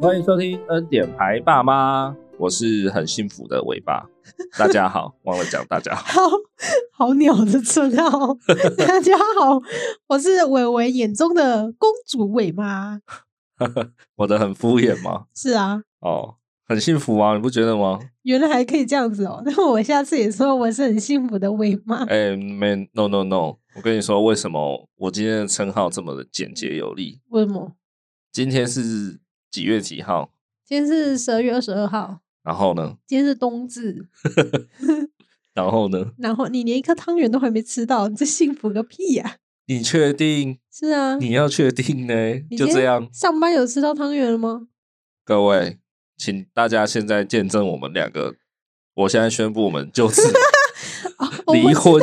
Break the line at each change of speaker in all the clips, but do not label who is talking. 欢迎收听《恩典牌爸妈》，我是很幸福的尾巴。大家好， 忘了讲大家好，
好好鸟的 称号。大家好，我是伟伟眼中的公主尾巴。
我的很敷衍吗？
是啊，
哦，很幸福啊，你不觉得吗？
原来还可以这样子哦。那我下次也说我是很幸福的尾巴。
哎、没，no no no，我跟你说，为什么我今天的称号这么的简洁有力？
为什么？
今天是几月几号？
今天是十二月二十二号，
然后呢？
今天是冬至，
然后呢？
然后你连一颗汤圆都还没吃到，你这幸福个屁呀、
你确定？
是啊，
你要确定呢？
你
就
今
这
天
样，
上班有吃到汤圆了吗？
各位，请大家现在见证我们两个。我现在宣布，我们就此
哦， 我
离
们
婚。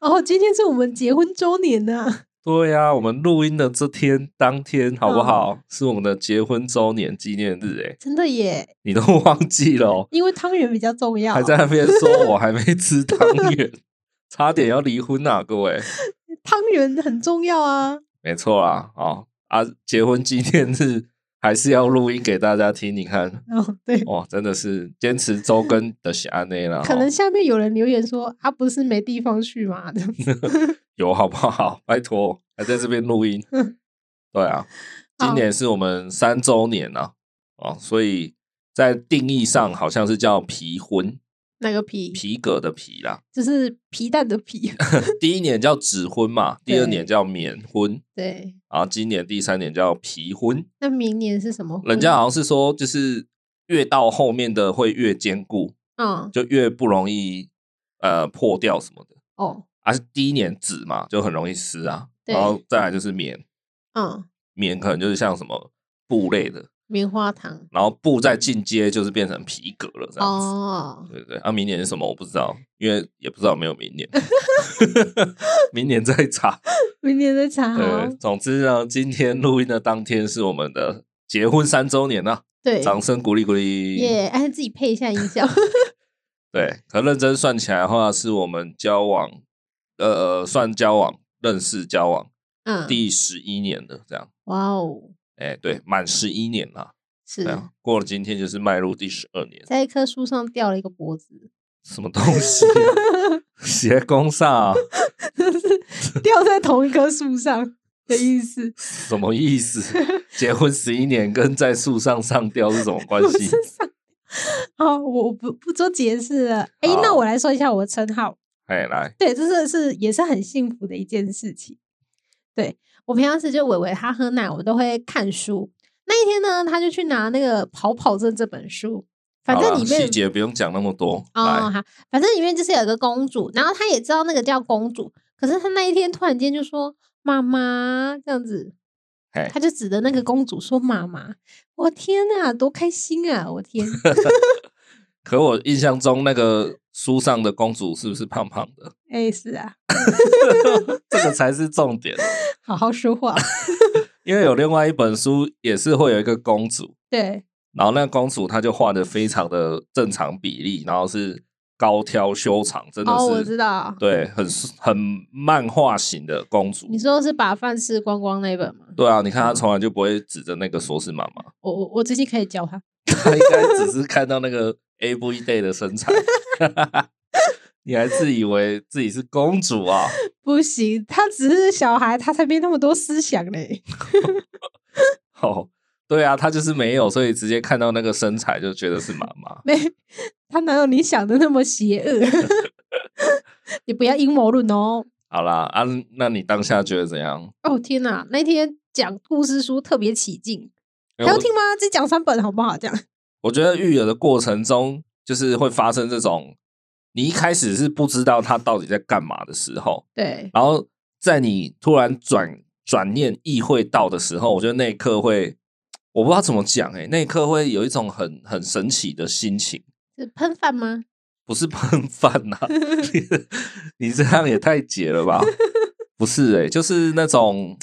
哦，今天是我们结婚周年啊呐、
对呀、我们录音的这天当天
嗯
好不好？是我们的结婚周年纪念日、欸，
真的耶！
你都忘记了哦、
因为汤圆比较重要，
还在那边
哦
说我还没吃汤 圆，差点要离婚啊，各位，
汤圆很重要啊。
没错啦，哦啊，结婚纪念日还是要录音给大家听，你看，
哦，对，
哇，真的是坚持周更的喜安内啦，
可
哦
能下面有人留言说啊，不是没地方去 嘛？这样
嗯
子
有好不好？ 拜托，还在这边录 音。对啊，今年是我们三周年啊，哦，所以在定义上好像是叫皮婚，
那个皮
皮革的皮啦。
就是皮蛋的皮，
第一年叫指婚嘛，第二
对
年叫免婚，
对。
然后今年第三年叫皮婚。
那明年是什么？
人家好像是说，就是越到后面的会越坚固，
嗯
就越不容易呃破掉什么的。
哦
而、是第一年指嘛，就很容易撕啊，
对
然后再来就是免，
嗯，
棉可能就是像什么布类的，
棉花糖
然后布再进阶就是变成皮革了这样子。
哦，
对对，啊，明年是什么我不知道，因为也不知道有没有明 年，明年再查。
明年再哦查好
对，总之呢，今天录音的当天是我们的结婚三周年啊，
对，
掌声鼓励鼓励。
耶！哎，自己配一下音 效，
对，可认真算起来的话，是我们交往，呃，算交往、认识交往
嗯，
第十一年了，这样。
哇哦，
哎，对，满十一年了，
是
对啊，过了今天就是迈入第十二年。
在一棵树上掉了一个脖子，
什么东西、 啊？斜弓煞、啊、
掉在同一棵树 上的意思，
什么意 思？结婚十一年跟在树上上吊是什么关
不
系
是？上。 好，我不不做解释了。哎、那
好
我来说一下我的称号。
哎，来，
对，这是是也是很幸福的一件事情。对我平常时就伟伟他喝奶，我都会看书。那一天呢，他就去拿那个《跑跑症》这本书，反
好
正
啦
里
细
面
节不用讲那么多。
哦
来，
好，反正里面就是有一个公主，然后她也知道那个叫公主，可是她那一天突然间就说妈妈这样子
嘿，
她就指着那个公主说妈妈，我天呐，多开心啊！我 天，
可我印象中那个书上的公主是不是胖胖 的？
哎、是啊，
这个才是重点。啊
好好说话，
因为有另外一本书也是会有一个公主，
对，
然后那个公主她就画的非常的正常比例，然后是高挑修长，真的
哦，我
是、
知道，
对，很很漫画型的公主。
你说是把饭吃光光那一本吗？
对啊，你看他从来就不会指着那个说是妈妈，
我我我最近可以教他。
他应该只是看到那个 A V Day 的身材， 你还自以为自己是公主啊？
不行，他只是小孩，他才没那么多思想嘞。
哦，对啊，他就是没有，所以直接看到那个身材就觉得是妈妈。
没，他哪有你想的那么邪恶？ 你不要阴谋论哦。
好啦，啊，那你当下觉得怎样？
哦天哪，那天讲故事书特别起劲，
因
还
为
要
我
听吗？只讲三本好不好？这样
我觉得育儿的过程中，就是会发生这种，你一开始是不知道他到底在干嘛的时候，
对，
然后在你突然转转念意会到的时候，我觉得那一刻会，我不知道怎么讲哎、那一刻会有一种很很神奇的心情，
是喷饭吗？
不是喷饭呐、你这样也太解了吧？不是哎、就是那种，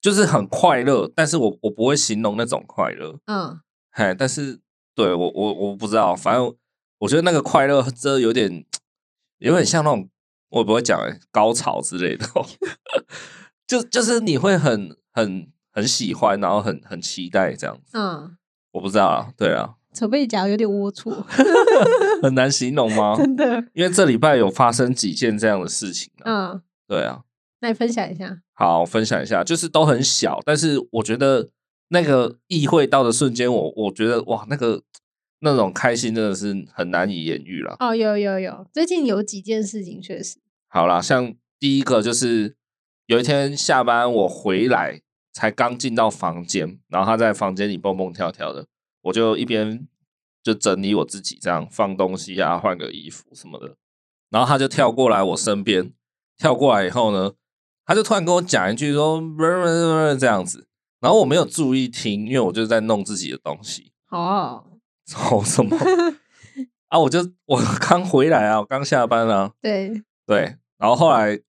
就是很快乐，但是我我不会形容那种快乐，
嗯，
嘿，但是对我我我不知道，反正我觉得那个快乐这有点有点像那种我也不会讲、欸、高潮之类的哦， 就就是你会很很很喜欢，然后很很期待这样子。
嗯，
我不知道啊，对啊，
扯背夹有点龌龊，
很难形容吗？
真的。
因为这礼拜有发生几件这样的事情啊，
嗯，
对啊，
那你分享一下。
好，我分享一下，就是都很小，但是我觉得那个意会到的瞬间，我我觉得哇，那个那种开心真的是很难以言喻啦。
哦，有有有，最近有几件事情确实，
好啦，像第一个就是有一天下班我回来，才刚进到房间，然后他在房间里蹦蹦跳跳的，我就一边就整理我自己，这样放东西啊，换个衣服什么的，然后他就跳过来我身边，跳过来以后呢，他就突然跟我讲一句说 这样子，然后我没有注意听，因为我就在弄自己的东西，
哦，
吵什么啊？我就我刚回来啊，我刚下班啊，
对，
对，然后后来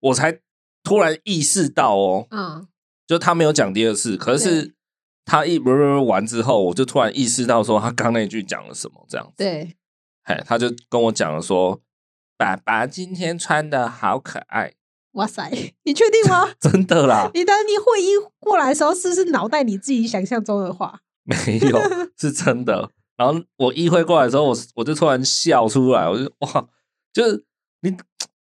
我才突然意识到哦，
嗯，
就他没有讲第二次，可是
对
他一不不不完之后，我就突然意识到说他刚那句讲了什么这样子。，
对，
嘿，他就跟我讲了说，爸爸今天穿的好可爱，
哇塞，你确定吗？，
真的啦
你当你会音过来的时候，是不是脑袋你自己想象中的话？
没 有是真的。然后我意会过来的时候，我我就突然笑出来，我就哇，就是你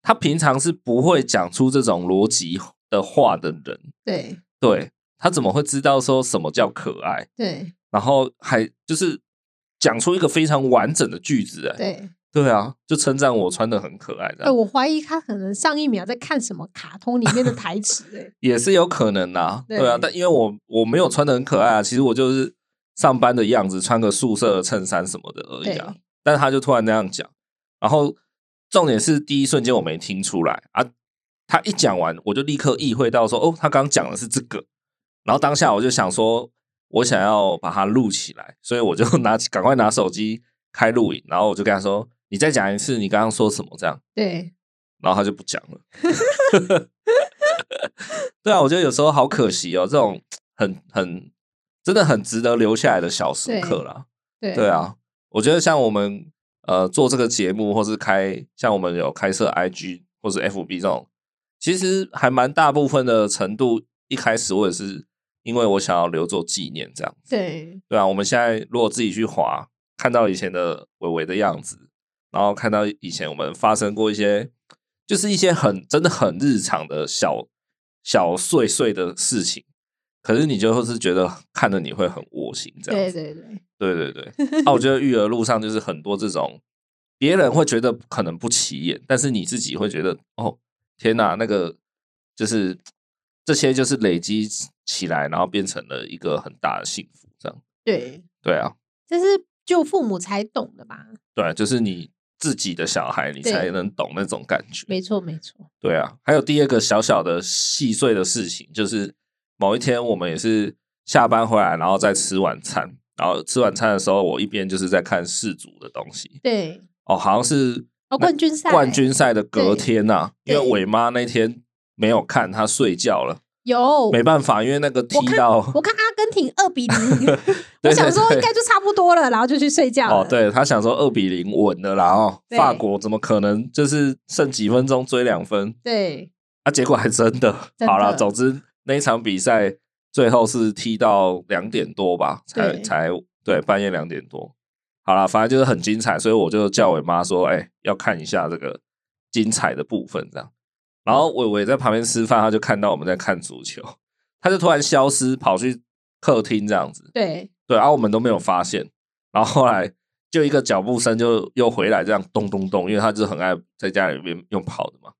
他平常是不会讲出这种逻辑的话的人，
对
对他怎么会知道说什么叫可爱？
对
然后还就是讲出一个非常完整的句子、哎，
对，
对啊，就称赞我穿的很可爱
哎、
的，
我怀疑他可能上一秒在看什么卡通里面的 台词、哎，
也是有可能啊，
对
对啊，但因为我我没有穿的很可爱啊，其实我就是上班的样子，穿个素色的衬衫什么的而已啊
对。
但他就突然那样讲，然后重点是第一瞬间我没听出来啊，他一讲完我就立刻意会到说，哦，他刚刚讲的是这个，然后当下我就想说，我想要把它录起来，所以我就 拿赶快拿手机开录影，然后我就跟他说，你再讲一次你刚刚说什么这样。
对
然后他就不讲了。 对啊，我觉得有时候好可惜哦，这种很很真的很值得留下来的小时刻啦。
对
对，啊，我觉得像我们呃做这个节目，或是开像我们有开设 IG 或是 FB 这种，其实还蛮大部分的程度，一开始我也是因为我想要留作纪念这样。
对
对啊，我们现在如果自己去滑，看到以前的伟伟的样子，然后看到以前我们发生过一些，就是一些很真的很日常的小小碎碎的事情，可是你就会是觉得看着你会很窝心这样
对
子。
对对，
对对对啊，我觉得育儿路上就是很多这种，别人会觉得可能不起眼，但是你自己会觉得哦，天哪，那个就是这些就是累积起来，然后变成了一个很大的幸福这样。
对，
对啊，
这是就父母才懂的吧？
对，啊就是你自己的小孩，你
对
才能懂那种感觉。
没错没错，
对啊，还有第二个小小的细碎的事情，就是某一天我们也是下班回来，然后再吃晚餐，然后吃晚餐的时候，我一边就是在看世足的东西，
对，
哦，好像是
哦，冠军赛，
冠军赛的隔天呐、啊，因
对
为伟妈那天没有看，她睡觉了，
有
没办法，因为那个踢
我看
到，，
我看阿根廷二比零
对
我想说
对
应该就差不多了，然后就去睡觉了。
哦，对他想说二比零稳了啦哦，
对
法国怎么可能就是剩几分钟追两分？
对
啊，结果还真的。
真的
好了，总之那一场比赛最后是踢到两点多吧，才
对
才对半夜两点多。好了，反正就是很精彩，所以我就叫伟妈说：“哎、要看一下这个精彩的部分。”这样，然后伟伟在旁边吃饭，他就看到我们在看足球，他就突然消失，跑去客厅这样子。
对
对，然、啊后我们都没有发现。然后后来就一个脚步声就又回来，这样咚咚咚，因为他就是很爱在家里面用跑的嘛，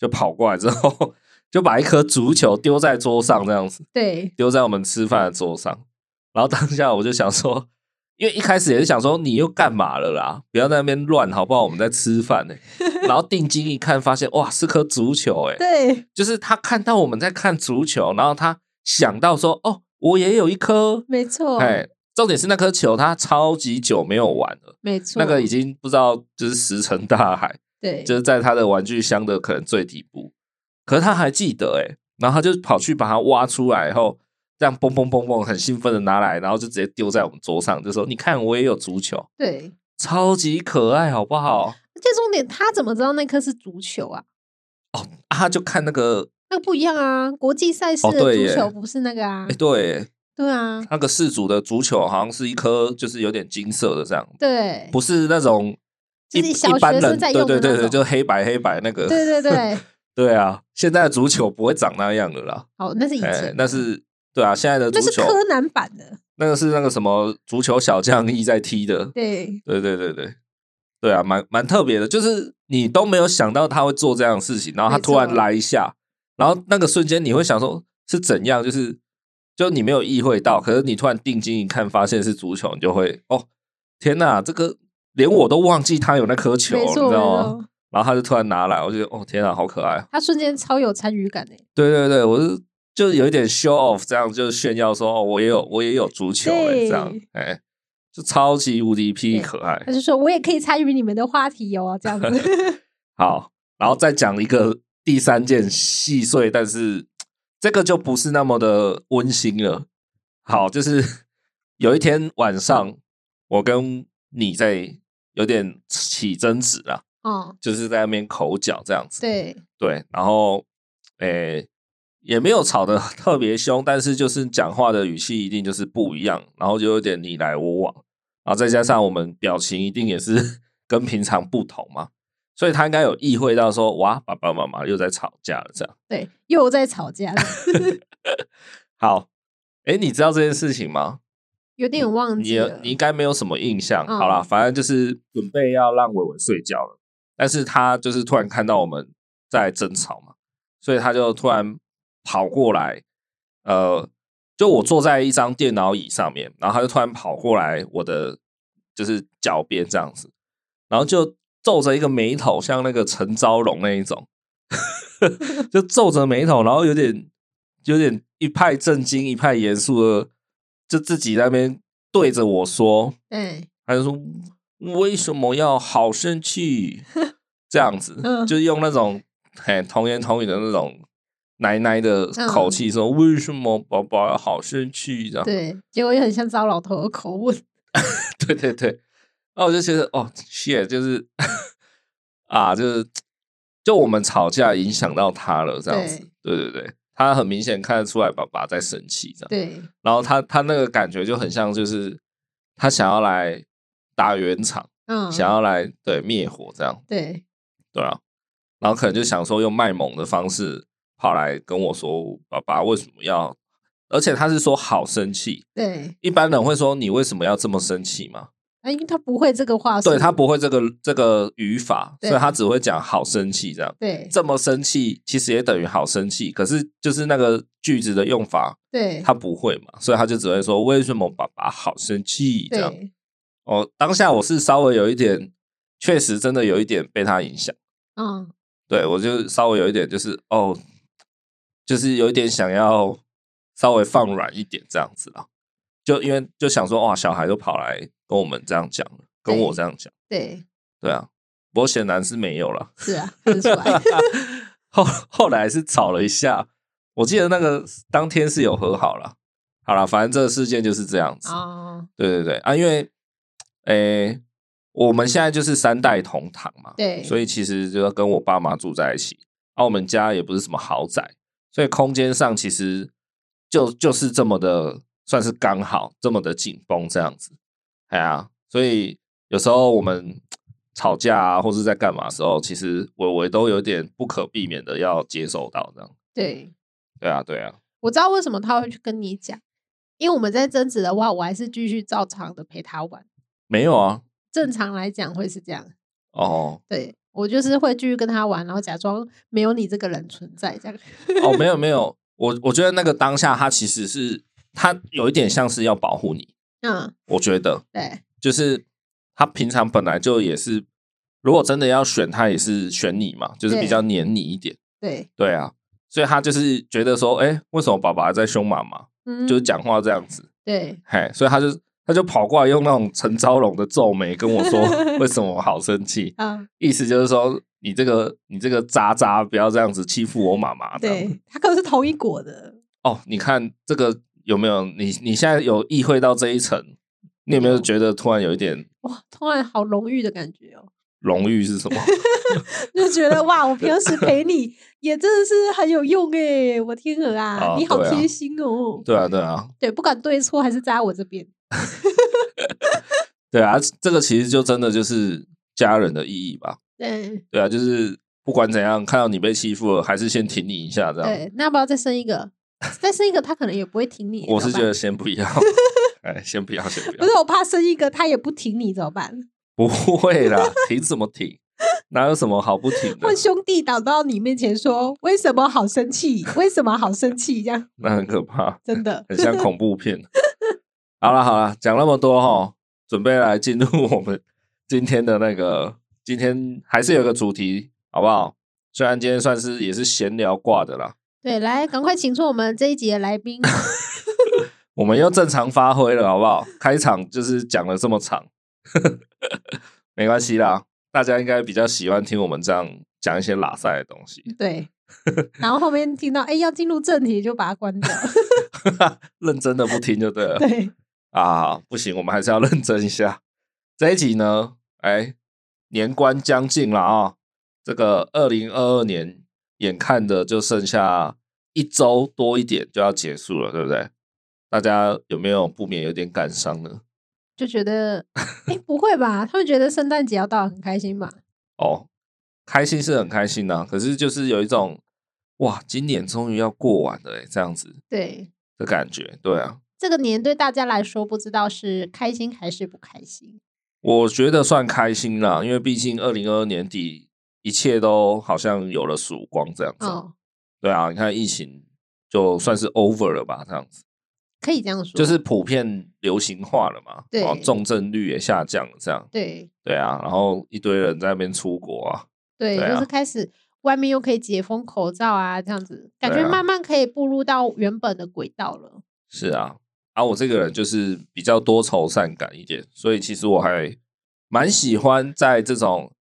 就跑过来之后 就把一颗足球丢在桌上，这样子
对
丢在我们吃饭的桌上。然后当下我就想说，因为一开始也是想说你又干嘛了啦，不要在那边乱好不好？我们在吃饭呢、欸然后定睛一看，发现哇是颗足球哎、
对，
就是他看到我们在看足球，然后他想到说哦我也有一颗，
没错，
哎，重点是那颗球它超级久没有玩了，
没错，
那个已经不知道就是石沉大海，
对，
就是在他的玩具箱的可能最底部。可是他还记得哎、然后他就跑去把它挖出来以后，这样嘣嘣嘣嘣，很兴奋的拿来，然后就直接丢在我们桌上，就说：“你看，我也有足球，
对。
超级可爱，好不好
而且重点，他怎么知道那颗是足球啊？？”
啊，他就看那个，
那个不一样啊，国际赛事
哦
的
对耶
足球不是那个啊
哎、。对耶，
对啊，
那个四组的足球好像是一颗就是有点金色的这样，
对，
不是那种一
就是小
一般
学生
人
在
对
用的
对对
那
对，
种
就黑白黑白那个。
对 对对，
对啊，现在的足球不会长那样的啦。
好，哦那是以
哎、
前，
那是对啊，现在的足
那是
球
柯南版的，
那个是那个什么足球小将一在踢的，
对，
对对对对，对啊，蛮蛮特别的，就是你都没有想到他会做这样的事情，然后他
没
突然
错
来一下，然后那个瞬间你会想说是怎样，就是就你没有意会到，可是你突然定睛一看，发现是足球，你就会哦，天哪，这个连我都忘记他有那颗球，
没
你知
错没
道吗？
错，
然后他就突然拿来，我就觉得哦，天哪，好可爱哦！
他瞬间超有参与感诶，
对对对，我是就有一点 show off，这样就是炫耀说哦，我也有我也有足球哎、
对
这样哎、就超级无敌霹雳
对
可爱
他。就说我也可以参与你们的话题哦，这样子，
好，然后再讲一个第三件细碎，但是这个就不是那么的温馨了。好，就是 有一天晚上，我跟你在有点起争执啊，
哦，
就是在那边口角这样子。
对，
对，然后诶、也没有吵得 特别凶，但是就是讲话的语气一定就是不一样，然后就有点你来我往，然后再加上我们表情一定也是 跟平常不同嘛，所以他应该有意会到说，哇，爸爸妈妈又在吵架了这样。
对，又在吵架了，
好，诶、你知道这件事情吗？
有点忘
你
记
也
了
你，应该没有什么印象。
嗯
好啦，反正就是准备要让伟伟睡觉了，但是他就是突然看到我们在争吵嘛，所以他就突然跑过来，呃，就我坐在一张电脑椅上面，然后他就突然跑过来我的就是脚边这样子，然后就皱着一个眉头，像那个陈昭荣那一种，就皱着眉头，然后有点有点一派正经一派严肃的，就自己在那边对着我说，
对，
他就说为什么要好生 气这样子，
嗯
就是用那种嘿童言童语的那种奶奶的口气说、为什么宝宝要好生气这样，
嗯对，结果又很像糟老头的口吻，
对对对，那我就觉得哦，shit，就是 啊，就是就我们吵架影响到他了，这样子，对对对，他很明显看得出来爸爸在生气，这样，
对，
然后他他那个感觉就很像就是他想要来打圆场，
嗯，
想要来对灭火这样，
对，
对啊，然后可能就想说用卖萌的方式跑来跟我说爸爸为什么要，而且他是说好生气，
对，
一般人会说你为什么要这么生气嘛？
啊，因为他不会这个话术，
对他不会这个这个语法，
对
所以他只会讲好生气这样。
对
这么生气其实也等于好生气，可是就是那个句子的用法
对
他不会嘛，所以他就只会说为什么爸爸好生气这样。
对
哦，当下我是稍微有一点，确实真的有一点被他影响，
嗯，
对我就稍微有一点就是哦，就是有一点想要稍微放软一点这样子啦，就因为就想说哇，小孩都跑来跟我们这样讲了，跟我
对
这样讲。
对，
对啊，不过显然是没有了。
是啊，看得出 来，
后后来是吵了一下，我记得那个当天是有和好了。好了，反正这个事件就是这样子。
哦，
对对对啊，因为诶、我们现在就是三代同堂嘛，
对
所以其实就要跟我爸妈住在一起。啊，我们家也不是什么豪宅，所以空间上其实就就是这么的，算是刚好这么的紧绷这样子。哎呀，所以有时候我们吵架啊，或是在干嘛的时候，其实我我都有点不可避免的要接受到这样。
对，
对啊，对啊，
我知道为什么他会去跟你讲，因为我们在争执的话，我还是继续照常的陪他玩。
没有啊，
正常来讲会是这样，
哦
对我就是会继续跟他玩，然后假装没有你这个人存在，这样。
哦，没有没有，我我觉得那个当下他其实是他有一点像是要保护你，
嗯，
我觉得
对
就是他平常本来就也是，如果真的要选，他也是选你嘛，就是比
对
较黏你一点，
对，
对啊，所以他就是觉得说，哎、为什么爸爸在凶妈妈，
嗯，
就是讲话这样子，
对
嘿，所以他就他就跑过来用那种陈昭荣的皱眉跟我 说，为什么我好生气，
啊，
意思就是说你这个你这个渣渣，不要这样子欺负我妈妈，这样
对他可能是同一国的，
哦，你看这个有没有？你你现在有意会到这一层，你有没有
有
觉得突然有一点
哇，突然好荣誉的感觉哦。
荣誉是什么？
就觉得哇，我平时陪你也真的是很有用诶、我天鹅啊，
啊
你好
对啊
贴心哦、
对啊，对啊，
对，不管对错还是在我这边，
对啊，这个其实就真的就是家人的意义吧。
对
对啊，就是不管怎样，看到你被欺负了，还是先挺你一下这样。
对，那要不要再生一个？再生一个，他可能也不会挺你。
我
怎
是
么
觉
办
得先不要，哎，先不要，先不
不
要，
是我怕生一个他也不挺你怎么办？
不会啦，挺什么挺？哪有什么好不挺的
问？兄弟挡到你面前说为什么好生气？为什么好生气？这样
那很可怕，
真 的
很像恐怖片。好了好了，讲那么多哈，准备来进入我们今天的那个，今天还是有个主题，好不好？虽然今天算是也是闲聊挂的啦，
对，来赶快请出我们这一集的来宾。
我们又正常发挥了，好不好？开场就是讲了这么长， 没关系啦，大家应该比较喜欢听我们这样讲一些拉塞的东西。
对，然后后面听到哎、要进入正题就把它关 掉。
认真的不听就对了。
对，
啊，不行，我们还是要认真一下。这一集呢，哎，年关将近了啊、这个二零二二年眼看着就剩下一周多一点就要结束了，对不对？大家有没有不免有点感伤呢？
就觉得哎、不会吧？他们觉得圣诞节要到很开心吧？
哦，开心是很开心呐、可是就是有一种哇，今年终于要过完了、欸，这样子
对，
的感觉。对啊，
这个年对大家来说不知道是开心还是不开心。
我觉得算开心啦，因为毕竟二零二二年底一切都好像有了曙光这样子。
哦，
对啊，你看疫情就算是 over 了吧，这样子
可以这样说，
就是普遍流行化了嘛，
对
哦重症率也下降了，这样
对
对啊，然后一堆人在那边出国啊，
对，
对
就
啊
是开始外面又可以解封口罩啊，这样子感
对
觉
啊
慢慢可以步入到原本的轨道了。
是啊，啊，我这个
嗯
人就是比较多愁善感一点，所以其实我还蛮喜欢在这种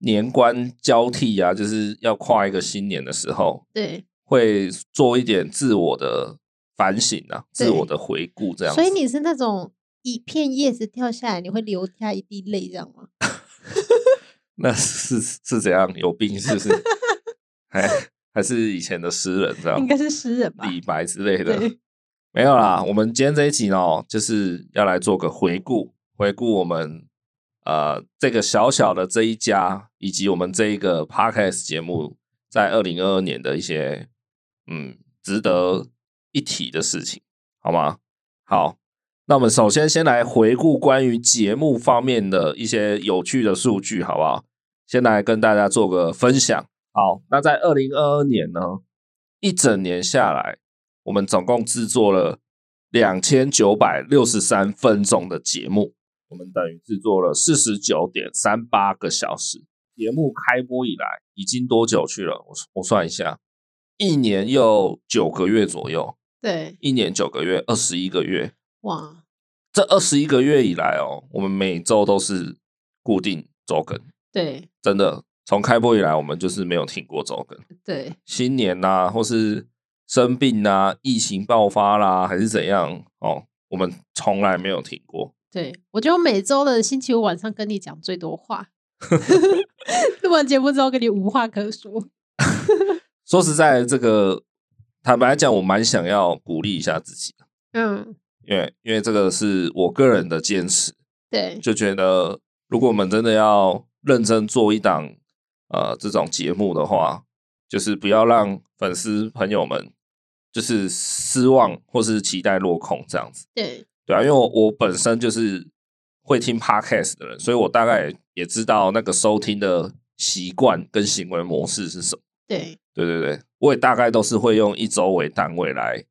年关交替啊，就是要跨一个新年的时候，
对，
会做一点自我的反省啊，
对
自我的回顾这样子。
所以你是那种一片叶子掉下来，你会流下一滴泪，这样吗？
那是是是怎样？有病是不 是？还还是以前的诗人这样，
应该是诗人吧？
李白之类的
对。
没有啦，我们今天这一集呢，就是要来做个回顾，回顾我们呃这个小小的这一家，以及我们这一个 podcast 节目在二零二二年的一些嗯值得一提的事情，好吗？好，那我们首先先来回顾关于节目方面的一些有趣的数据，好不好？先来跟大家做个分享。好，那在二零二二年呢，一整年下来，我们总共制作了两千九百六十三分钟的节目，我们等于制作了四十九点三八个小时。节目开播以来已经多久去了？我我算一下，一年又九个月左右，
对，
一年九个月，二十一个月。
哇，
这二十一个月以来哦，我们每周都是固定周更，
对
真的，从开播以来，我们就是没有停过周更。
对
新年呐、或是生病呐、疫情爆发啦，还是怎样哦，我们从来没有停过。
对，我就每周的星期五晚上跟你讲最 多话， 录完节目之后跟你无话可说。
说实在，这个坦白讲，我蛮想要鼓励一下自己的，
嗯，
因为因为这个是我个人的坚持，
对
就觉得如果我们真的要认真做一档呃这种节目的话，就是不要让粉丝朋友们就是失望或是期待落空这样子。
对
对啊，因为我我本身就是会听 podcast 的人，所以我大概也知道那个收听的习惯跟行为模式是什么。
对
对对对，我也大概都是会用一周为单位来，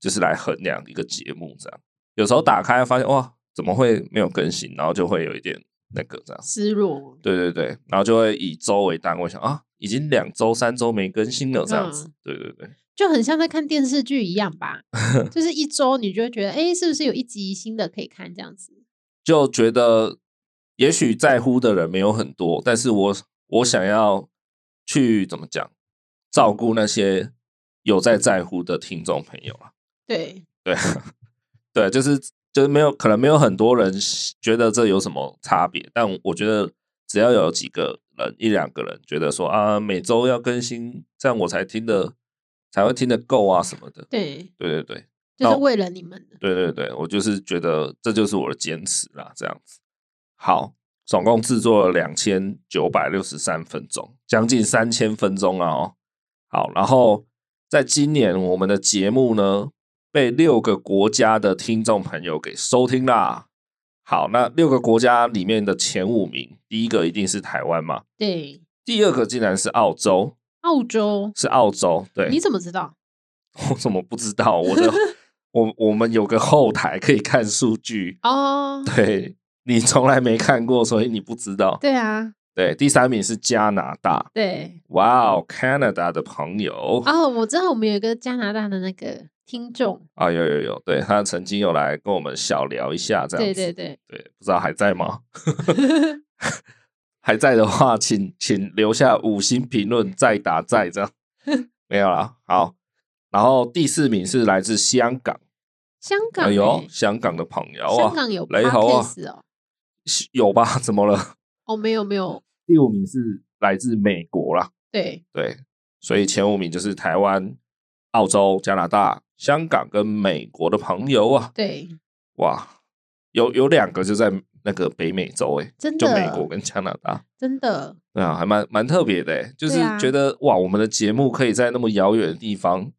就是来衡量一个节目这样。有时候打开发现哇，怎么会没有更新，然后就会有一点那个这样。
失落。
对对对，然后就会以周为单位想啊，已经两周、三周没更新了这样子。
嗯
对对对，
就很像在看电视剧一 样吧，就是一周你就会觉得，哎、是不是有一集新的可以看这样子？
就觉得也许在乎的人没有很多，但是我我想要去怎么讲，照顾那些有在在乎的听众朋友啊，
对
对对，就是就是没有可能没有很多人觉得这有什么差别，但我觉得只要有几个人一两个人觉得说啊，每周要更新，这样我才听的才会听得够啊什么的。
对，
对对对
就是
到
为了你们的。
对对对，我就是觉得这就是我的坚持啦，这样子。好，总共制作了两千九百六十三分钟，将近三千分钟啊哦。好，然后在今年我们的节目呢，被六个国家的听众朋友给收听啦。好，那六个国家里面的前五名，第一个一定是台湾嘛，
对，
第二个竟然是澳洲，
澳洲，
是澳洲，对，
你怎么知道？
我怎么不知道？我的 我我们有个后台可以看数据，
哦，
对你从来没看过，所以你不知道。
对啊，
对，第三名是加拿大，
对，
哇
嗯
哦，Canada 的朋友
哦，我知道我们有一个加拿大的那个听众，
啊，有有有，对他曾经有来跟我们小聊一下，这样
对
子，
对对，
对不知道还在 吗？ 还在的话，请请留下五星评论，再打再这样， 没有啦。好，然后第四名是来自香港，
香港、
哎呦
欸，
香港的朋友啊，
香港有
雷猴啊
podcast 哦，
是有吧？ 怎么了？
哦，没有没有，
第五名是来自美国啦，
对，
对，所以前五名就是台湾、澳洲、加拿大、香港跟美国的朋友啊，
对，
哇，有有两个就在那个北美洲、欸，
真
就
的
美国跟加拿大，
真的，
对啊，还蛮蛮特别的、欸，就是
对啊
觉得、哇，我们的节目可以在那么遥远的地方，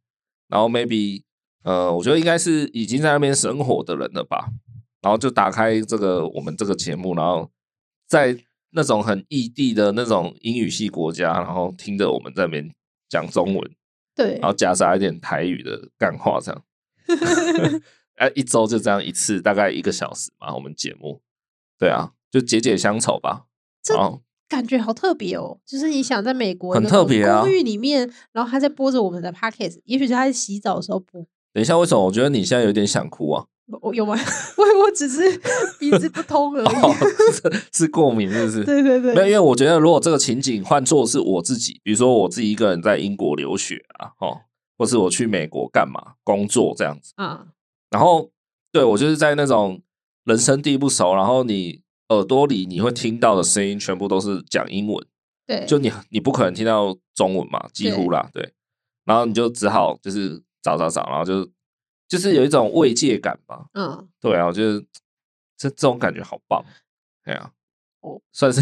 然后 maybe 呃，我觉得应该是已经在那边生活的人了吧，然后就打开这个我们这个节目，然后在那种很异地的那种英语系国家，然后听着我们在那边讲中文，
对
然，后夹杂一点台语的干话这样。 哎，一周就这样一次，大概一个小时嘛，我们节目，对啊，就解解乡愁吧。
这
然后
感觉好特别哦，就是你想在美国
很
一个
特别啊
公寓里面，然后他在播着我们的 podcast，也许他在洗澡的时候播。
等一下，为什么我觉得你现在有点想哭啊？
我有吗？ 我我只是鼻子不通而
哦
已。，
是是过敏是不是？
对对
没有，因
对，
为我觉得如果这个情景换做是我自己，比如说我自己一个人在英国留学啊，哦，或是我去美国干嘛工作这样子，
啊，
然后对我就是在那种人生地不熟，然后你耳朵里你会听到的声音全部都是讲英文，
对，
就你你不可能听到中文嘛，几乎啦，对，然后你就只好就是找找找，然后就就是有一种慰藉感吧，
嗯，
对啊，我觉得这这种感觉好棒，对啊，
哦
算 是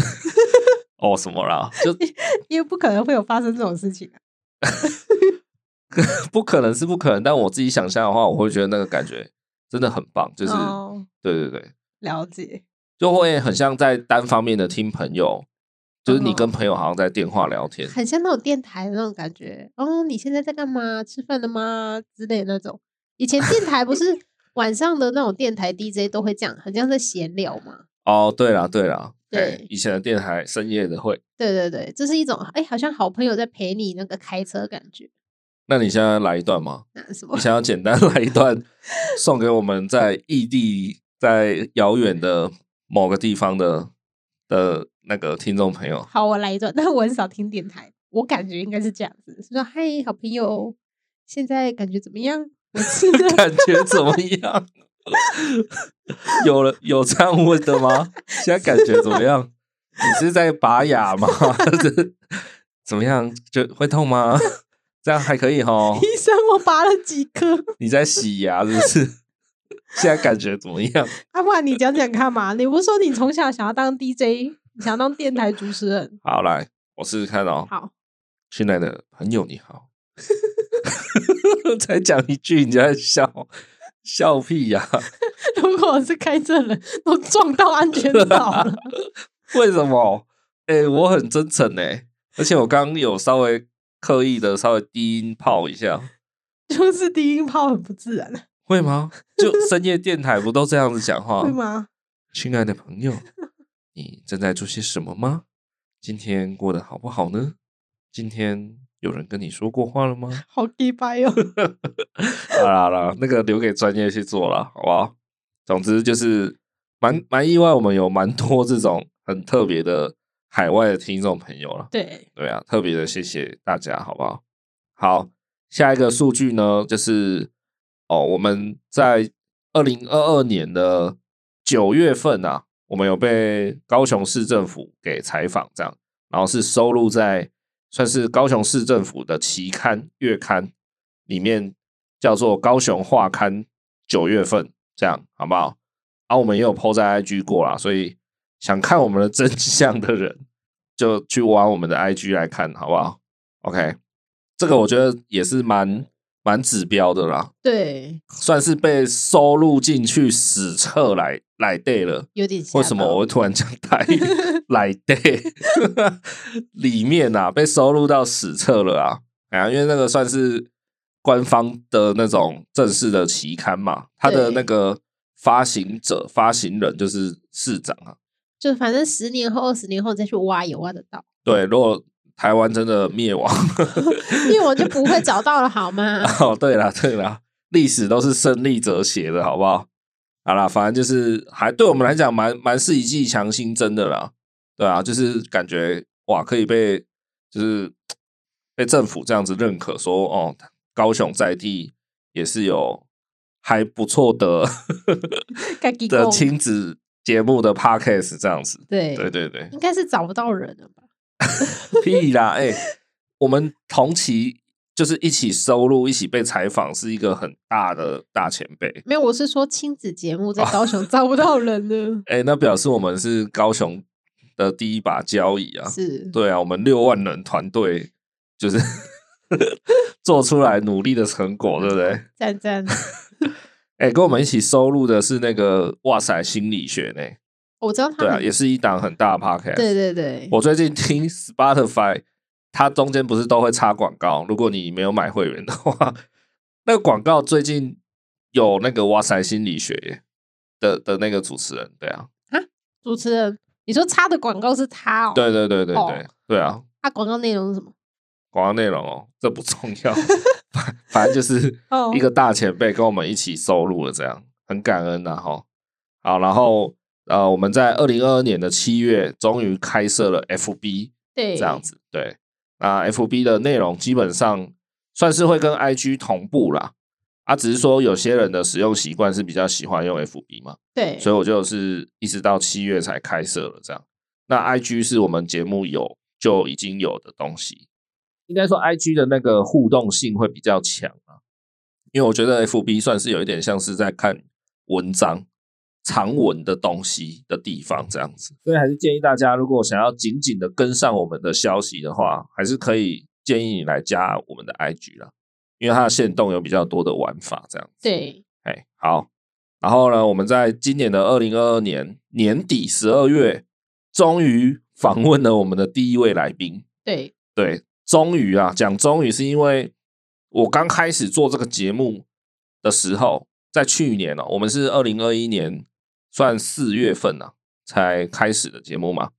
哦什么啦，就
因为不可能会有发生这种事情啊。
不可能是不可能，但我自己想象的话，我会觉得那个感觉真的很棒，就是、
哦，
对对对，
了解，
就会很像在单方面的听朋友，就是你
哦
跟朋友好像在电话聊天，
很像那种电台的那种感觉。哦，你现在在干嘛？吃饭了吗？之类的那种。以前电台不是晚上的那种电台 DJ 都会这样，很像在闲聊嘛。
哦，对啦对啦，
对
嘿以前的电台深夜的会，
对对对，这是一种哎、好像好朋友在陪你那个开车感觉。
那你现在来一段吗？
那什 么
你？想要简单来一段，送给我们在异地、在遥远的某个地方的的那个听众朋友。
好，我来一段，但我很少听电台，我感觉应该是这样子，是说嗨，好朋友，现在感觉怎么样？我吃的，
感觉怎么样？有了有这样问的吗？现在感觉怎么样？你是在拔牙吗？ 这怎么样？就会痛吗？这样还可以哈。
医生，我拔了几颗。
你在洗牙是不是？ 现在感觉怎么样？
阿、啊、不然你讲讲看嘛，你不是说你从小想要当 DJ，你想要当电台主持人？
好，来，我试试看哦。
好，
亲爱的朋友，你 好。才讲一句，你就在笑笑屁呀、
如果我是开车人，都撞到安全岛 了。
为什么？哎、我很真诚哎、而且我刚刚有稍微刻意的稍微低音炮一下，
就是低音炮很不自然，
会吗？就深夜电台不都这样子讲话
会？吗？
亲爱的朋友，你正在做些什么吗？今天过得好不好呢？今天有人跟你说过话了吗？
好 gay 掰哦，
好啦好啦，那个留给专业去做啦，好不好？总之就是蛮蛮意外，我们有蛮多这种很特别的海外的听众朋友了。
对，
对啊，特别的谢谢大家，好不好？好，下一个数据呢，就是哦，我们在二零二二年的九月份啊，我们有被高雄市政府给采访，这样，然后是收录在算是高雄市政府的期刊月刊里面，叫做《高雄画刊》九月份，这样好不好？啊，我们也有 PO 在 IG 过啦，所以想看我们的真相的人，就去挖我们的 IG 来看，好不好？OK，这个我觉得也是蛮蛮指标的啦，
对，
算是被收录进去史册来来对了。
有点吓
为什么
到
我会突然讲台 语？来 day 里面啊，被收录到史册了啊！哎呀，因为那个算是官方的那种正式的期刊嘛，它的
对
那个发行者、发行人就是市长啊。
就反正十年后、二十年后再去挖也挖得到，
对，如果台湾真的灭亡，
因为我就不会找到了，好吗？
哦，对啦，对啦，历史都是胜利者写的，好不好？好啦，反正就是还对我们来讲蛮蛮是一剂强心针的啦，对啊，就是感觉哇，可以被就是被政府这样子认可说，哦，高雄在地也是有还不错的
该给
的
够
亲子节目的 podcast 这样子，
对，
对对对，
应该是找不到人了吧？
屁啦！哎、我们同期就是一起收录、一起被采访，是一个很大的大前辈。
没有，我是说亲子节目在高雄找不到人呢，
哎、那表示我们是高雄的第一把交椅 啊！
是，
对啊，我们六万人团队就是 做出来努力的成果，
嗯
对不对？
赞赞。哦
哎、跟我们一起收录的是那个哇塞心理学呢，
我知道他
对啊，
们，
也是一档很大的 podcast。
对对对，
我最近听 Spotify，它中间不是都会插广告？如果你没有买会员的话，那个广告最近有那个哇塞心理学耶的的那个主持人，对啊，
主持人，你说插的广告是他哦？
对对对对对、
哦
对啊，
他广告内容是什么？
广告内容哦，这不重 要，反反正就是
哦
一个大前辈跟我们一起收录了，这样很感恩呐、啊、哈。好，然后呃，我们在二零二二年的七月终于开设了 FB
对，
这样子。对，那 FB 的内容基本上算是会跟 IG 同步啦。啊，只是说有些人的使用习惯是比较喜欢用 FB 嘛，
对，
所以我就是一直到七月才开设了这样。那 IG 是我们节目有就已经有的东西，应该说 IG 的那个互动性会比较强啊，因为我觉得 FB 算是有一点像是在看文章长文的东西的地方这样子，所以还是建议大家如果想要紧紧的跟上我们的消息的话，还是可以建议你来加我们的 IG 啦，因为它的限动有比较多的玩法这样。
对
哎，好。然后呢，我们在今年的二零二二年年底十二月，终于访问了我们的第一位来宾。
对
对，终于啊，讲终于是因为我刚开始做这个节目的时候，在去年哦，我们是二零二一年算四月份啊才开始的节目嘛。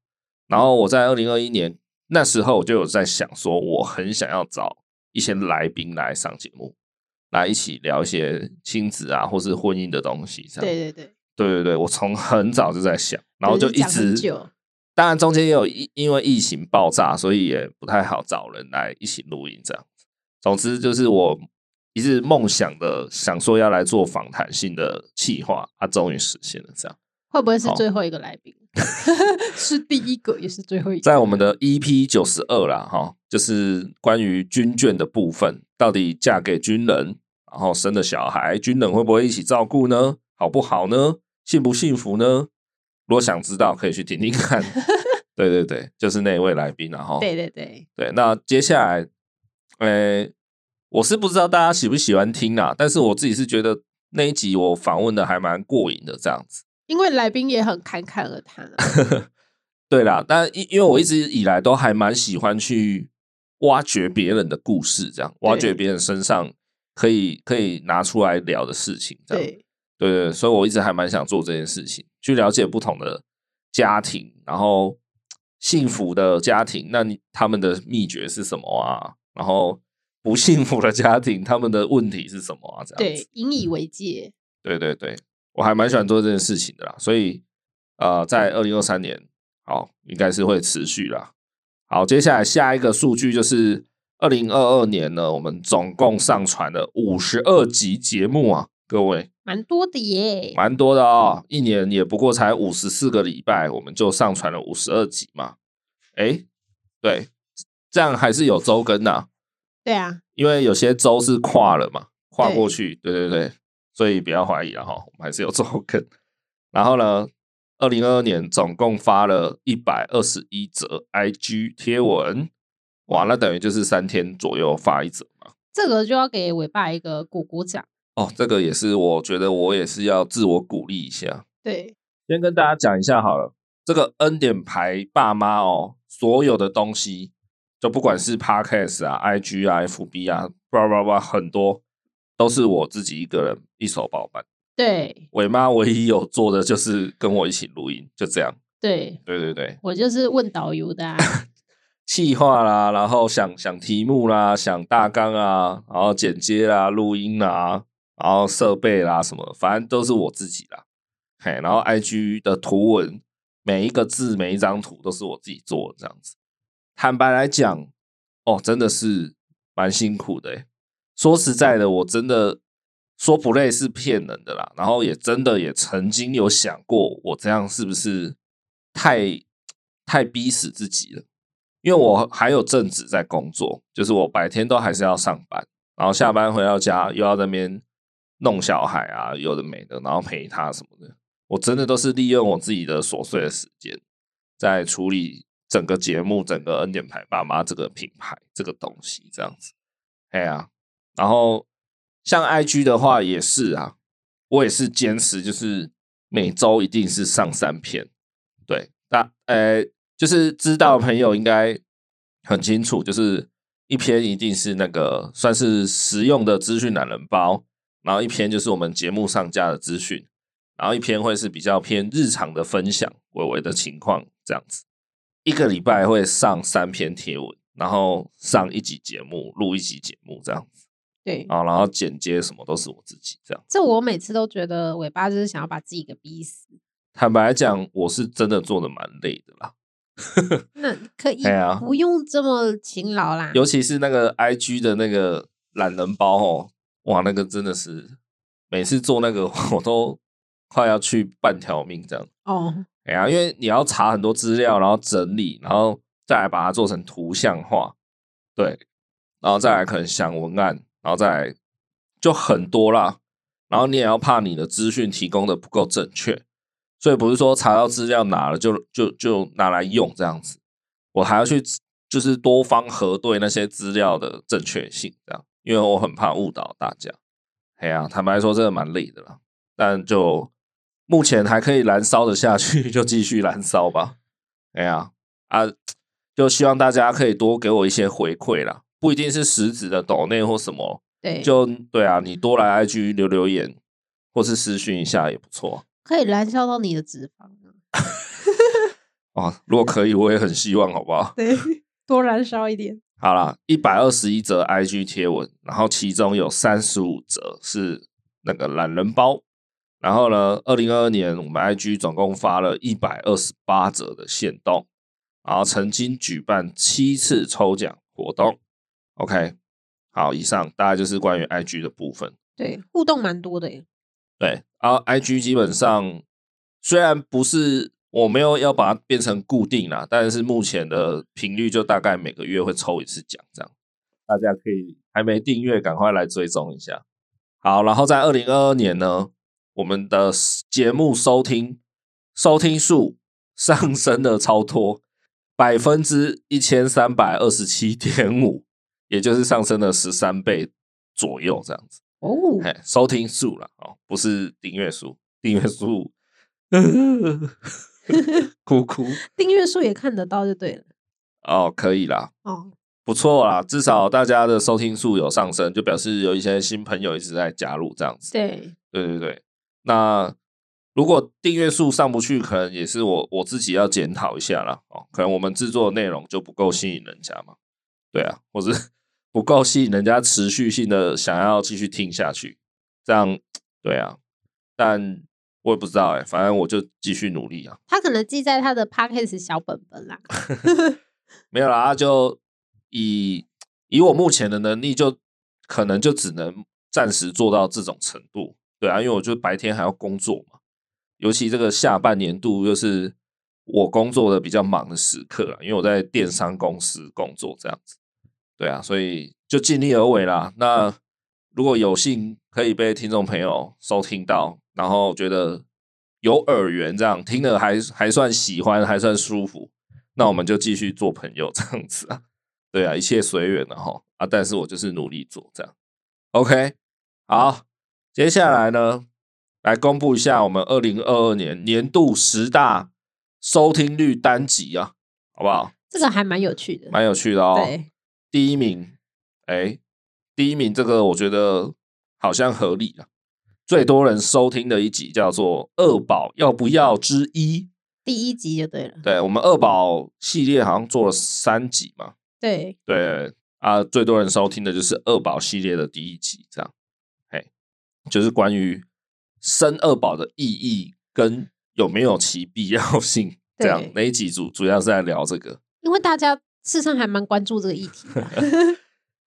然后我在二零二一年那时候我就有在想说，我很想要找一些来宾来上节目，来一起聊一些亲子啊或是婚姻的东西。这样
对对对，
对对对，我从很早就在想，然后就
对就
一
讲很
直
久，
当然中间也有因因为疫情爆炸，所以也不太好找人来一起录音这样。总之就是我一直梦想的想说要来做访谈性的企划，它、终于实现了这样。
会不会是
好
最后一个来 宾？ 是第一个，也是最后一个。
在我们的 EP 九十二啦，哈，就是关于军眷的部分，到底嫁给军人，然后生了小孩，军人会不会一起照顾呢？好不好呢？幸不幸福呢？如果想知道，可以去听听看。对对对，就是那一位来宾、啊，然后
对对对，
对，那接下来，呃，我是不知道大家喜不喜欢听啦，但是我自己是觉得那一集我访问的还蛮过瘾的，这样子。
因为来宾也很侃侃而谈啊
对啦，但因因为我一直以来都还蛮喜欢去挖掘别人的故事，这样挖掘别人身上可以可以拿出来聊的事情，这样。
对
对对，所以我一直还蛮想做这件事情，去了解不同的家庭，然后幸福的家庭，那你他们的秘诀是什么啊？然后不幸福的家庭，他们的问题是什么啊？这样子
对，，引以为戒。
对对对，我还蛮喜欢做这件事情的啦，所以呃，在二零二三年，好，应该是会持续啦。好，接下来下一个数据就是二零二二年呢，我们总共上传了五十二集节目啊，各位
蛮多的耶。
蛮多的哦，一年也不过才五十四个礼拜，我们就上传了五十二集嘛。诶，对，这样还是有周更的啊、
对啊，
因为有些周是跨了嘛，跨过去，对对对，所以不要怀疑了哈，我们还是有周更。然后呢，二零二二年总共发了一百二十一则 IG 贴文，哇，那等于就是三天左右发一则嘛。
这个就要给伟爸一个果果奖。
哦，这个也是，我觉得我也是要自我鼓励一下。
对，
先跟大家讲一下好了，这个恩典牌爸妈哦，所有的东西，就不管是 podcast 啊、IG 啊、FB 啊，叭叭叭，很多都是我自己一个人一手包办。
对，
伟妈唯一有做的就是跟我一起录音，就这样。
对，
对对对，
我就是问导 游的、啊。
企划啦，然后想想题目啦，想大纲啊，然后剪接啦、录音啦，然后设备啦什么，反正都是我自己啦。嘿，然后 IG 的图文，每一个字、每一张图都是我自己做的，这样子。坦白来讲，哦，真的是蛮辛苦的欸。说实在的，我真的说不累是骗人的啦。然后也真的也曾经有想过，我这样是不是太太逼死自己了？因为我还有正职在工作，就是我白天都还是要上班，然后下班回到家又要在那边弄小孩啊，有的没的，然后陪他什么的。我真的都是利用我自己的琐碎的时间，在处理整个节目、整个恩典牌爸妈这个品牌这个东西这样子。哎呀、然后像 IG 的话也是啊，我也是坚持就是每周一定是上三篇，对，那呃，就是知道的朋友应该很清楚，就是一篇一定是那个算是实用的资讯懒人包，然后一篇就是我们节目上架的资讯，然后一篇会是比较偏日常的分享，微微的情况这样子。一个礼拜会上三篇贴文，然后上一集节目，录一集节目这样子
对，
啊，然后剪接什么都是我自己这样。
这我每次都觉得尾巴就是想要把自己给逼死。
坦白讲，我是真的做的蛮累的啦。
那可以
哎呀
不用这么勤劳啦。
尤其是那个 IG 的那个懒人包哦，哇，那个真的是每次做那个 我都快要去半条命这样。
哦，
哎呀，因为你要查很多资料，然后整理，然后再来把它做成图像化，对，然后再来可能想文案，然后再来就很多啦。然后你也要怕你的资讯提供的不够正确，所以不是说查到资料拿了就就就拿来用这样子，我还要去就是多方核对那些资料的正确性，这样，因为我很怕误导大家。哎呀，坦白说，真的蛮累的啦。但就目前还可以燃烧的下去，就继续燃烧吧。哎呀，啊，就希望大家可以多给我一些回馈啦，不一定是实质的抖内或什么，
对，
就对啊，你多来 IG 留留言，或是私讯一下也不错
可以燃烧到你的脂肪啊。
哦。如果可以，我也很希望，好不好？
对， 多燃烧一点。
好啦，一百二十一则 IG 贴文，然后其中有三十五则是那个懒人包。然后呢，二零二二年我们 IG 总共发了一百二十八则的限动，然后曾经举办七次抽奖活动。OK，好，以上大概就是关于 IG 的部分。
对，互动蛮多的耶。
对，然后 IG 基本上虽然不是我没有要把它变成固定啦，但是目前的频率就大概每个月会抽一次奖这样，大家可以还没订阅赶快来追踪一下。好，然后在二零二二年呢，我们的节目收听收听数上升了超多百分之一千三百二十七点五，也就是上升了十三倍左右这样子。
哦，
哎，收听数了哦，不是订阅数，订阅数，哭哭
订阅数也看得到就对了。
哦，可以啦，
哦，
不错啦，至少大家的收听数有上升，就表示有一些新朋友一直在加入这样子。
对，
对对对，那如果订阅数上不去，可能也是我我自己要检讨一下啦。哦，可能我们制作的内容就不够吸引人家嘛，对啊，或是 不够吸引人家持续性的想要继续听下去，这样对啊，但我也不知道哎、反正我就继续努力啊，
他可能记在他的 podcast 小本本啦。
没有啦，啊就以以我目前的能力就可能就只能暂时做到这种程度，对啊，因为我就白天还要工作嘛，尤其这个下半年度又是我工作的比较忙的时刻了，因为我在电商公司工作这样子。对啊，所以就尽力而为啦。那如果有幸可以被听众朋友收听到，然后觉得有耳缘这样听了还还算喜欢，还算舒服，那我们就继续做朋友这样子啊。对啊，一切随缘了哈啊！但是我就是努力做这样。OK，好，接下来呢，来公布一下我们二零二二年年度十大收听率单集啊，好不好？
这个还蛮有趣的。
蛮有趣的哦。
对，
第一名，哎、第一名这个我觉得好像合理啊。最多人收听的一集叫做《二宝要不要之一》，
第一集就对了。
对我们二宝系列好像做了三集嘛，
对，
对啊，最多人收听的就是二宝系列的第一集，这样，哎，就是关于生二宝的意义跟有没有其必要性，这样
对
那一集主主要是在聊这个。
因为大家事实上还蛮关注这个议题的。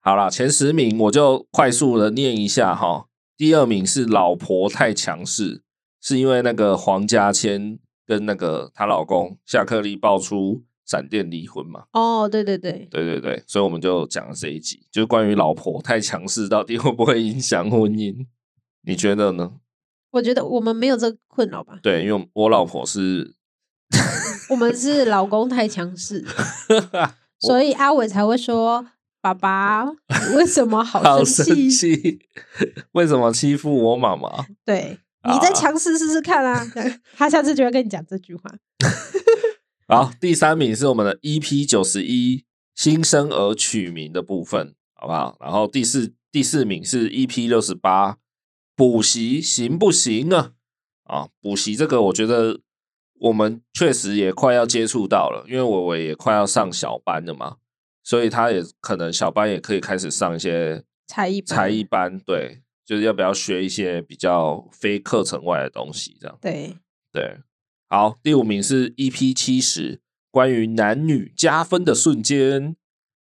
好啦，前十名我就快速的念一下哈。第二名是老婆太强势，是因为那个黄家千跟那个她老公夏克立爆出闪电离婚嘛？
哦，对对对，
对对对，所以我们就讲了这一集，就是关于老婆太强势到底会不会影响婚姻？你觉得呢？
我觉得我们没有这个困扰吧？
对，因为我老婆是，
我们是老公太强势， 所以阿伟才会说：“爸爸，你为什么好
好
生
生
气？”
气，为什么欺负我妈妈？
对，
啊
你再强势试试看啊！ 他下次就会跟你讲这句话。
好，第三名是我们的 EP 九十一新生儿取名的部分，好不好？然后第四第四名是 EP 六十八补习行不行啊？啊，补习这个我觉得我们确实也快要接触到了，因为伟伟也快要上小班了嘛，所以他也可能小班也可以开始上一些
才艺班
才艺班，对，就是要不要学一些比较非课程外的东西这样。
对，
对，好，第五名是 EP 七十，关于男女加分的瞬间。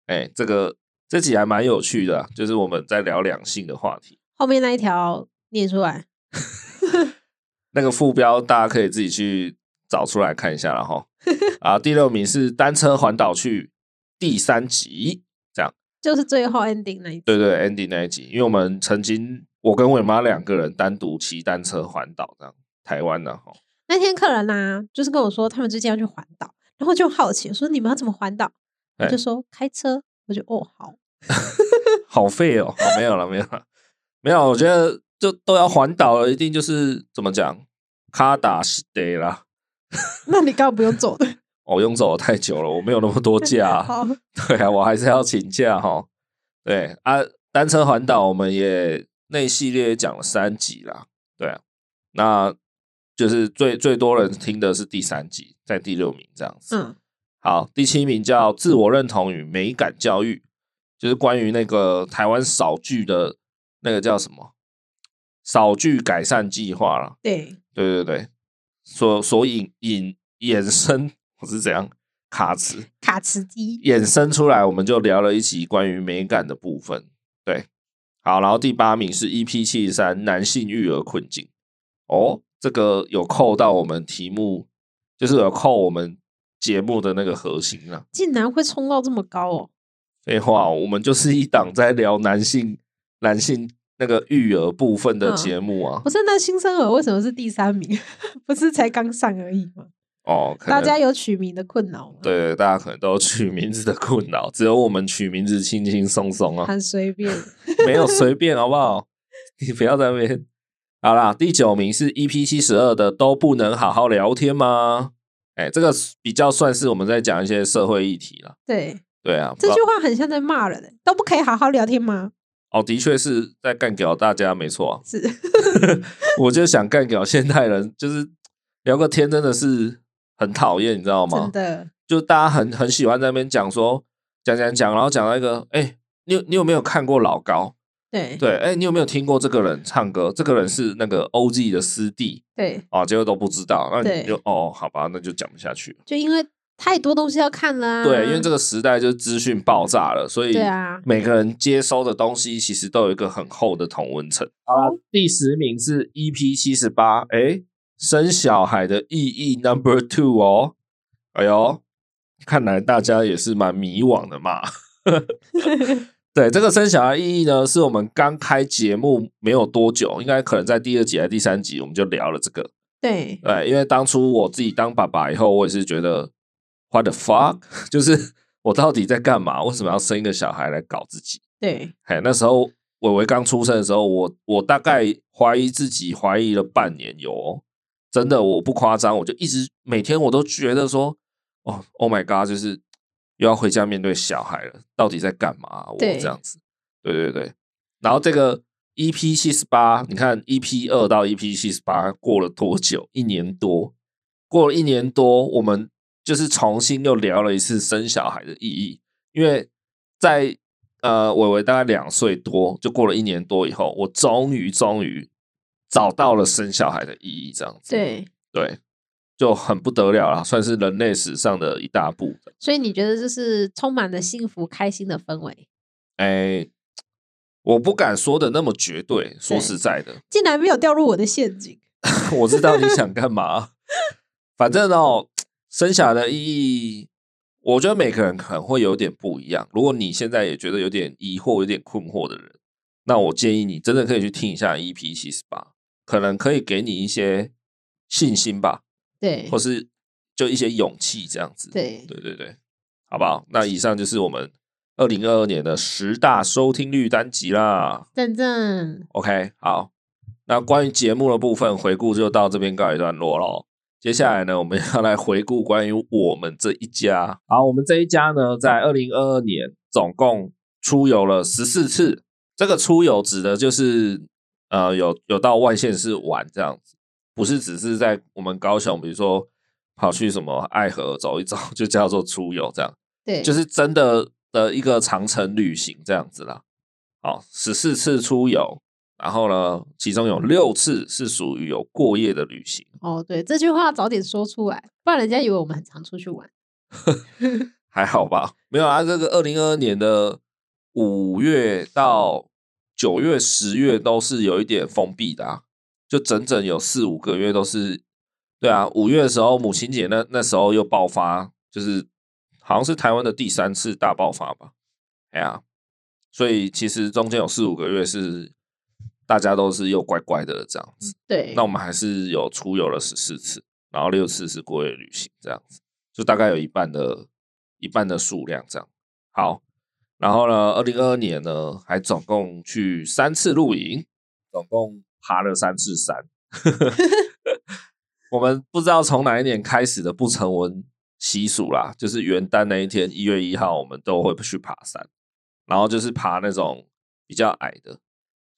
哎，这个这集还蛮有趣的啊，就是我们在聊两性的话题。
后面那一条念出来。
那个副标大家可以自己去找出来看一下了哈。啊，第六名是单车环岛去第三集，
就是最后 ending 那一集，
对对，Andy 那一集，因为我们曾经我跟伟妈两个人单独骑单车环岛这样，台湾的哈。
那天客人啊，就是跟我说他们之间要去环岛，然后就好奇我说你们要怎么环岛？我
哎
就说开车，我就哦好，
好废哦！好没有了，没有了，没有。我觉得就都要环岛了，一定就是怎么讲，卡打是得啦。
那你刚刚不用走的，
我、用走的太久了，我没有那么多 假。
好，
对啊，我还是要请假哈。对啊，单车环岛我们也那一系列也讲了三集啦。对啊，那就是最最多人听的是第三集，在第六名这样子。
嗯，
好，第七名叫自我认同与美感教育，就是关于那个台湾少剧的那个叫什么少剧改善计划啦。
对，
对对对，所所引引衍生，我是怎样卡词
卡池机，
衍生出来，我们就聊了一集关于美感的部分。对，好，然后第八名是 EP 七十三男性育儿困境。哦，这个有扣到我们题目，就是有扣我们节目的那个核心了。
竟然会冲到这么高哦，
废话，我们就是一档在聊男性男性那个育儿部分的节目啊。
嗯不是那新生儿为什么是第三名？ 不是才刚上而已吗？
哦，可能
大家有取名的困扰吗？，
对对，大家可能都有取名字的困扰，只有我们取名字轻轻松松啊，
很随便，
没有随便好不好？ 你不要在那边。好啦，第九名是 EP 七十二的都不能好好聊天吗？哎，这个比较算是我们在讲一些社会议题啦。
对，
对啊，
这
不知
句
道
话很像在骂人、欸，都不可以好好聊天吗？
哦，的确是在干掉大家，没错啊、
是，
我就想干掉现代人，就是聊个天真的是很讨厌，你知道吗
真？的，
就大家很很喜欢在那边讲说讲讲讲，然后讲到一个，哎、你有你有没有看过老高？
对，
对，哎、你有没有听过这个人唱歌？这个人是那个 OZ 的师弟
对，
啊，结果都不知道，那你
对嗯
就哦，好吧，那就讲不下去了。
就因为太多东西要看了、啊。
对，因为这个时代就是资讯爆炸了，所以
对啊
每个人接收的东西其实都有一个很厚的同温层。好啦，第十名是 EP 七十八，哎，生小孩的意义 Number Two 哦，哎呦，看来大家也是蛮迷惘的嘛。对，这个生小孩意义呢，是我们刚开节目没有多久，应该可能在第二集还是第三集，我们就聊了这个。
对
对，因为当初我自己当爸爸以后，我也是觉得 what the fuck，就是 我到底在干嘛？为什么要生一个小孩来搞自己？
对
嘿，那时候伟伟刚出生的时候，我我大概怀疑自己，怀疑了半年有、哦，真的我不夸张，我就一直每天我都觉得说，哦，Oh my god，就是又要回家面对小孩了，到底在干嘛啊、我
对
这样子，对对对，然后这个 EP 七十八，你看 EP 二到 EP 七十八过了多久？一年多，过了一年多，我们就是重新又聊了一次生小孩的意义，因为在呃伟伟大概两岁多，就过了一年多以后，我终于终于找到了生小孩的意义，这样子，
对，
对，就很不得了啦，算是人类史上的一大步。
所以你觉得这是充满了幸福、开心的氛围？
哎，我不敢说的那么绝对，说实在的，
竟然没有掉入我的陷阱。
我知道你想干嘛。 反正哦，
嗯
生小孩的意义，我觉得每个人可能会有点不一样。如果你现在也觉得有点疑惑、有点困惑的人，那我建议你真的可以去听一下 EP 七十八，可能可以给你一些信心吧，
对
或是就一些勇气这样子。
对，
对对对，好不好？那以上就是我们二零二二年的十大收听率单集啦。
正正
OK，好，那关于节目的部分回顾就到这边告一段落喽。接下来呢，我们要来回顾关于我们这一家。好，我们这一家呢，在二零二二年总共出游了十四次。这个出游指的就是呃，有有到外县市玩这样子，不是只是在我们高雄，比如说跑去什么爱河走一走，就叫做出游这样。
对，
就是是真的的一个长城旅行这样子啦。好，十四次出游，然后呢，其中有六次是属于有过夜的旅行，
哦，对，这句话早点说出来，不然人家以为我们很常出去玩。
还好吧？ 没有啊，这个二零二二年的五月到九月、十月都是有一点封闭的、啊，就整整有四五个月都是。对啊，五月的时候母亲节那那时候又爆发，就是好像是台湾的第三次大爆发吧。哎呀、所以其实中间有四五个月是大家都是又乖乖的这样子。
对，
那我们还是有出游了十四次，然后六次是过夜旅行，这样子就大概有一半的一半的数量这样。好，然后呢，二零二二年呢，还总共去三次露营，总共爬了三次山。我们不知道从哪一年开始的不成文习俗啦，就是元旦那一天，一月一号，我们都会去爬山，然后就是爬那种比较矮的，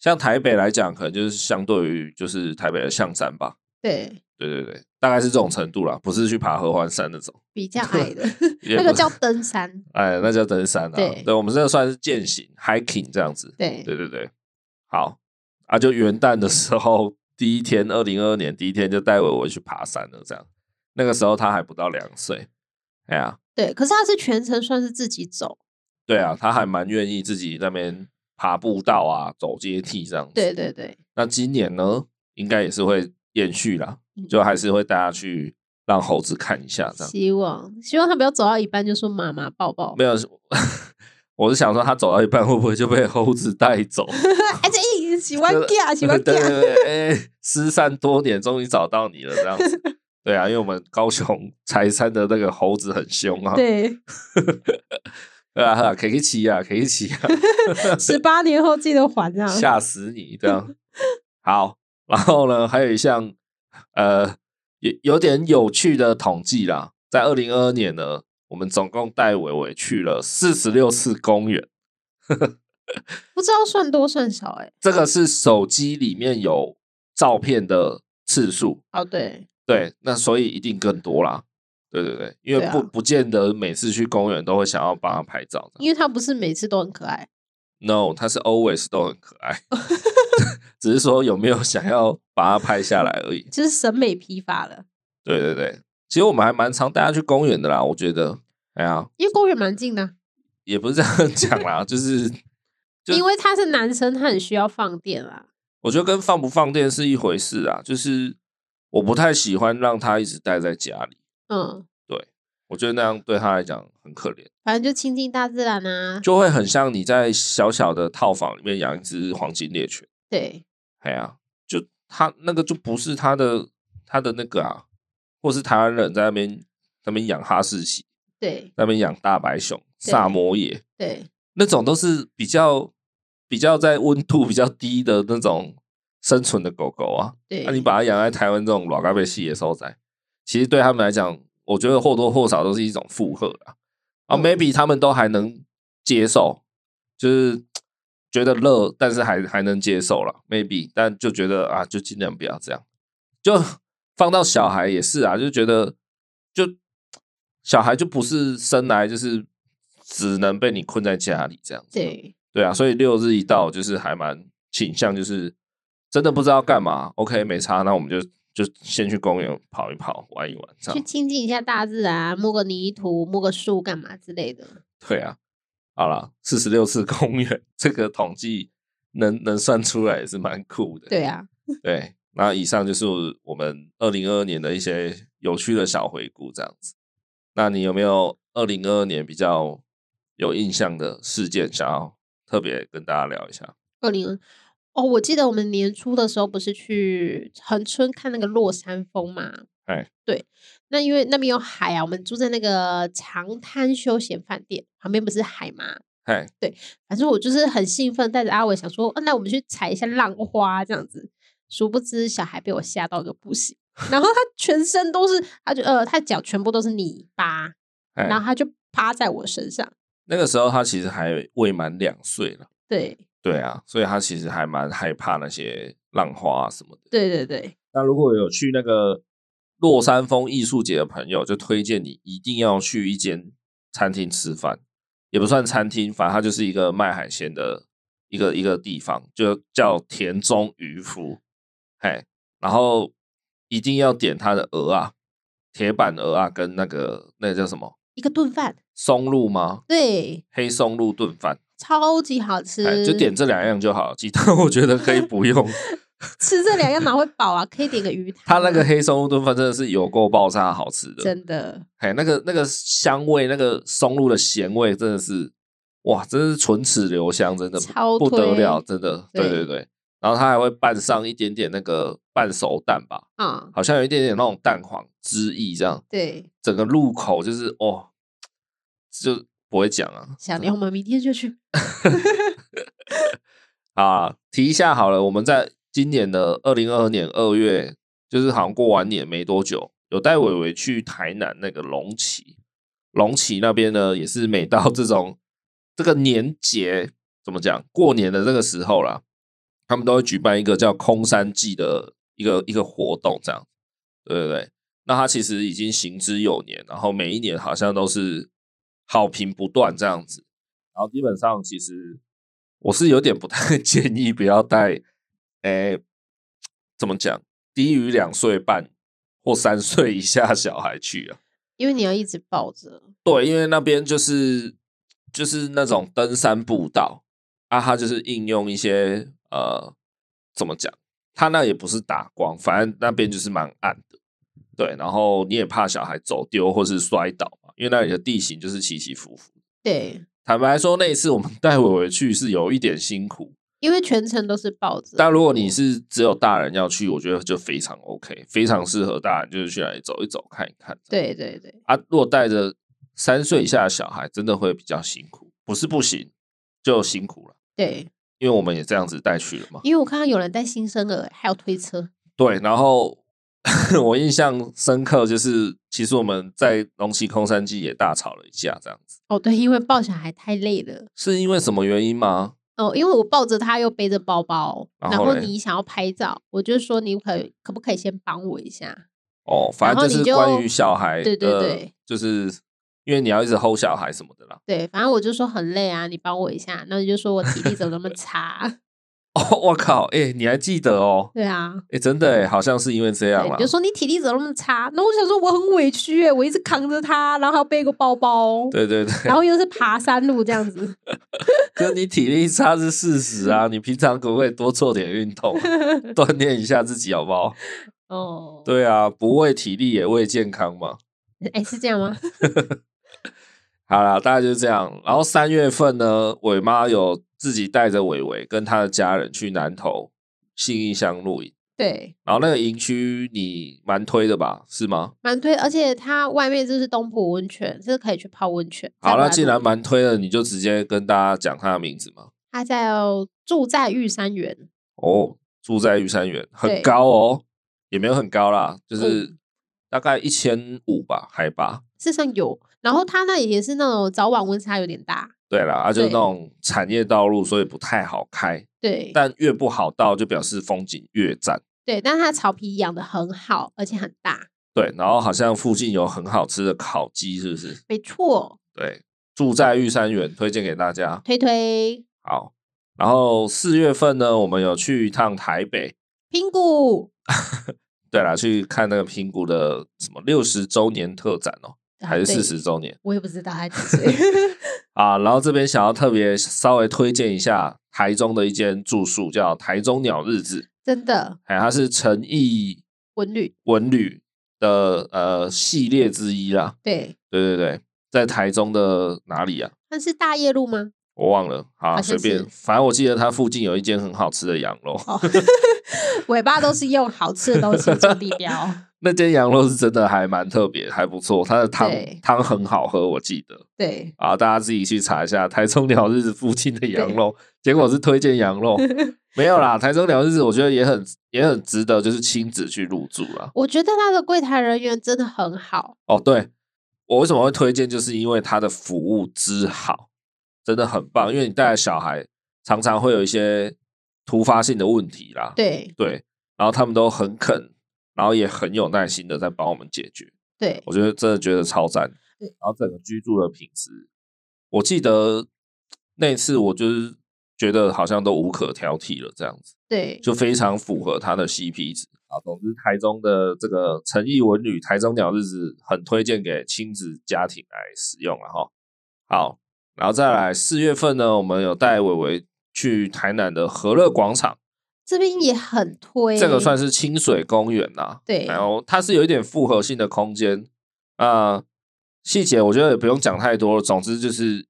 像台北来讲，可能就是相对于就是台北的象山吧，
对
对对对，大概是这种程度啦，不是去爬合欢山那种，
比较 矮的
也
那个
不
叫登山。
哎，那叫登山啊，
对
我们这个算是践行 hiking 这样子，
对
对对对，好啊，就元旦的时候第一天，二零二二年第一天就带伟伟去爬山了，这样，那个时候他还不到两岁，哎呀、
对，可是他是全程算是自己走。
对啊，他还蛮愿意自己那边爬步道啊，走阶梯这样子，
对对对，
那今年呢，应该也是会延续啦， 就还是会带他去让猴子看一下这样。
希望希望他不要走到一半就说妈妈抱抱
没。有， 我是想说他走到一半会不会就被猴子带 走？
而且哎一 喜欢架，喜
对
欢
对
架。
对，哎、失散多年，终于找到你了这样子。 对啊，因为我们高雄柴山的那个猴子很凶啊，
对，
对啊，可以骑啊，可以骑 啊。
十八年后记得还啊。
吓死你这 样。好，然后呢，还有一项呃，有有点有趣的统计啦，在二零二二年呢，我们总共带伟伟去了四十六次公园，
不知道算多算少哎、
这个是手机里面有照片的次数，
哦，对
对，那所以一定更多啦。对对对，因为
对啊
不、不见得每次去公园都会想要帮他拍照的。
因为他不是每次都很可爱。
No，他是 always 都很可 爱，只是说有没有想要把它拍下来而已。
就是审美疲乏了。
对对对，其实我们还蛮常带他去公园的啦，我觉得，哎呀，
因为公园蛮近的啊，
也不是这样讲啦，就是就
因为他是男生，他很需要放电啦。
我觉得跟放不放电是一回事啊，就是我不太喜欢让他一直待在家里，
嗯，
我觉得那样对他来讲很可怜，
反正就亲近大自然啊。
就会很像你在小小的套房里面养一只黄金猎犬，
对，
哎呀，就他那个就不是他的他的那个啊，或是台湾人在那边那边养哈士奇，
对，
那边养大白熊、萨摩耶
对，
那种都是比较比较在温度比较低的那种生存的狗狗啊。
对。
那、你把它养在台湾这种老干贝系野收仔，其实对他们来讲，我觉得或多或少都是一种负荷啦。啊、
嗯
m a y b e 他们都还能接受，就是觉得热，但是还还能接受啦 Maybe，但就觉得啊，就尽量不要这样。就放到小孩也是啊，就觉得就小孩就不是生来就是只能被你困在家里这样子。
对，
对啊，所以六日一
嗯
到，就是还蛮倾向，就是真的不知道干嘛。OK，没
嗯
差，那我们就就先去公园跑一跑，玩一玩，这
去
样。
亲近一下大自然，啊摸个泥土，摸个树，干嘛之类的。
对啊，好了，四十六次公园，这个统计能能算出来也是蛮酷的。
对啊，
对，那以上就是我们二零二二年的一些有趣的小回顾，这样子。那你有没有二零二二年比较有印象的事件，想要特别跟大家聊一下？
二零哦，我记得我们年初的时候不是去恒春看那个落山风嘛？
哎，
对，那因为那边有海啊，我们住在那个长滩休闲饭店旁边，不是海嘛？
嗨，
反正我就是很兴奋，带着阿伟想说，啊、那我们去采一下浪花这样子。殊不知小孩被我吓到一个不行，然后他全身都是，他就呃，他脚全部都是泥巴，
嗨
然后他就趴在我身上。
那个时候他其实还未满两岁了，
对
对啊，所以他其实还蛮害怕那些浪花、啊、什么的。
对对对，
那如果有去那个洛山峰艺术节的朋友，就推荐你一定要去一间餐厅吃饭，也不算餐厅，反正它就是一个卖海鲜的一个一个地方，就叫田中渔夫，嘿，然后一定要点它的鹅啊，铁板鹅啊，跟那个那个叫什么
一个炖饭，
松露吗？
对，
黑松露炖饭。
超级好吃，
哎，就点这两样就好，其他 我觉得可以不 用。
吃这两样哪会 饱啊？可以点个鱼汤啊、
它那个黑松露炖饭真的是有够爆炸好吃的，
真的
哎，那个那个香味，那个松露的咸味真的是，哇，真的是唇齿留香，真的不
超
不得
推
了，真的，对
对
对对。然后它还会拌上一点点那个半熟蛋吧，
啊、
好像有一点点那种蛋黄汁液这样，
对，
整个入口就是哦，就不会讲啊，
想念我们明天就去，
啊，提一下好了，我们在今年的二零二二年二月，就是好像过完年没多久，有带伟伟去台南那个龙崎，龙崎那边呢，也是每到这种这个年节，怎么讲，过年的这个时候啦，他们都会举办一个叫空山祭的一个一个活动，这样，对对对。那它其实已经行之有年，然后每一年好像都是好评不断这样子。然后基本上其实我是有点不太 建议不要带，诶，怎么讲，低于两岁半或三岁以下小孩去啊。
因为你要一直抱着，
对，因为那边就是就是那种登山步道啊，它就是应用一些呃，怎么讲？它那也不是打光，反正那边就是蛮暗的。对，然后你也怕小孩走丢或是摔倒嘛，因为那里的地形就是起起伏伏。
对，
坦白说，那一次我们带伟伟去是有一点辛苦，
因为全程都是抱着。
但如果你是只有大人要去，我觉得就非常 OK，非常适合大人，就是去那里走一走、看一看。
对对对，
啊，如果带着三岁以下的小孩，真的会比较辛苦，不是不行，就辛苦了，
对，
因为我们也这样子带去了嘛。
因为我看到有人带新生儿，还有推车，
对，然后 我印象深刻就是，其实我们在龙崎空山记也大吵了一架，这样子
哦，对，因为抱小孩太累了。
是因为什么原因吗？
哦，因为我抱着他又背着包包，
然
然
后
后
嘞
你想要拍照，我就说你可可不可以先帮我一下？
哦，反正
然后
就
你
是
就
关于小孩的，
对对对
就是因为你要一直 hold 小孩什么的啦。
对，反正我就说很累啊，你帮我一下。那你就说我体力怎么那么差？
哦，我靠，哎、你还记得哦？
对啊，
哎、真的哎，好像是因为这样
对，
啦
比如。说你体力怎么那么差？那我想说我很委屈耶，我一直扛着它，然后还要背个包包，
对对 对，
然后又是爬山路这样 子，
可你体力差是事实啊，你平常可不可以多做点运 动，啊锻炼一下自己好不好？
哦，，
对啊，不为体力也为健康嘛。
哎，是这样吗？
好啦，大概就是这样。然后三月份呢，伟妈有自己带着伟伟跟她的家人去南投信义乡露营，
对，
然后那个营区你蛮推的吧？是吗？
蛮推，而且它外面就是东浦温泉，是可以去泡温泉。
好，那既然
嘛，
蛮推的，你就直接跟大家讲她的名字嘛。
它叫住在玉山园，
哦，住在玉山园，很
对嗯
高哦，也没有很高啦，就是大概一千五吧，海拔。
事实上有，然后它那里也是那种早晚温差有点大，
对啦，啊，就是
对
那种产业道路，所以不太好开。
对
但越不好到，就表示风景越赞。
对，但它草皮养的很好，而且很大，
对，然后好像附近有很好吃的烤鸡，是不是？
没错，
对，住在玉山园，推荐给大家。
推推
好，然后四月份呢，我们有去一趟台北。
拼谷，
对啦，去看那个平谷的什么六十周年特展哦，
啊
还是
对
四十周年
我也不知道它几岁，
啊？然后这边想要特别稍微推荐一下台中的一间住宿，叫台中鸟日子，
真的
哎，它是诚毅
文旅
文旅的呃系列之一啦。
对，
对对对，在台中的哪里啊？
那是大叶路吗？
我忘了，好
好
随
像
便
是，
反正我记得它附近有一间很好吃的羊肉，
哦，尾巴都是用好吃的东西做地标，
那间羊肉是真的还蛮特别，还不错，它的汤
对
汤很好喝，我记得
对，
啊，大家自己去查一下台中鸟日子附近的羊肉，结果是推荐羊肉，没有啦，台中鸟日子我觉得也很也很值得，就是亲子去入住啦。
我觉得它的柜台人员真的很好，
哦，对我为什么会推荐，就是因为它的服务之好，真的很棒，因为你带着小孩常常会有一些突发性的问题啦，
对
对，然后他们都很肯，然后也很有耐心的在帮我们解决，
对，
我觉得真的觉得超赞。
对
然后整个居住的品质，我记得那一次我就是觉得好像都无可挑剔了，这样子
对，
就非常符合它的 CP 值啊。总之，台中的这个诚意文旅台中鸟日子很推荐给亲子家庭来使用了哈。好，然后再来四月份呢，我们有带伟伟去台南的和乐广场。
这边也很推，
这个算哦是清水公园啦。
对
然后它是有一点复合性的空间，啊，细节我觉得也不用讲太多。总之就是，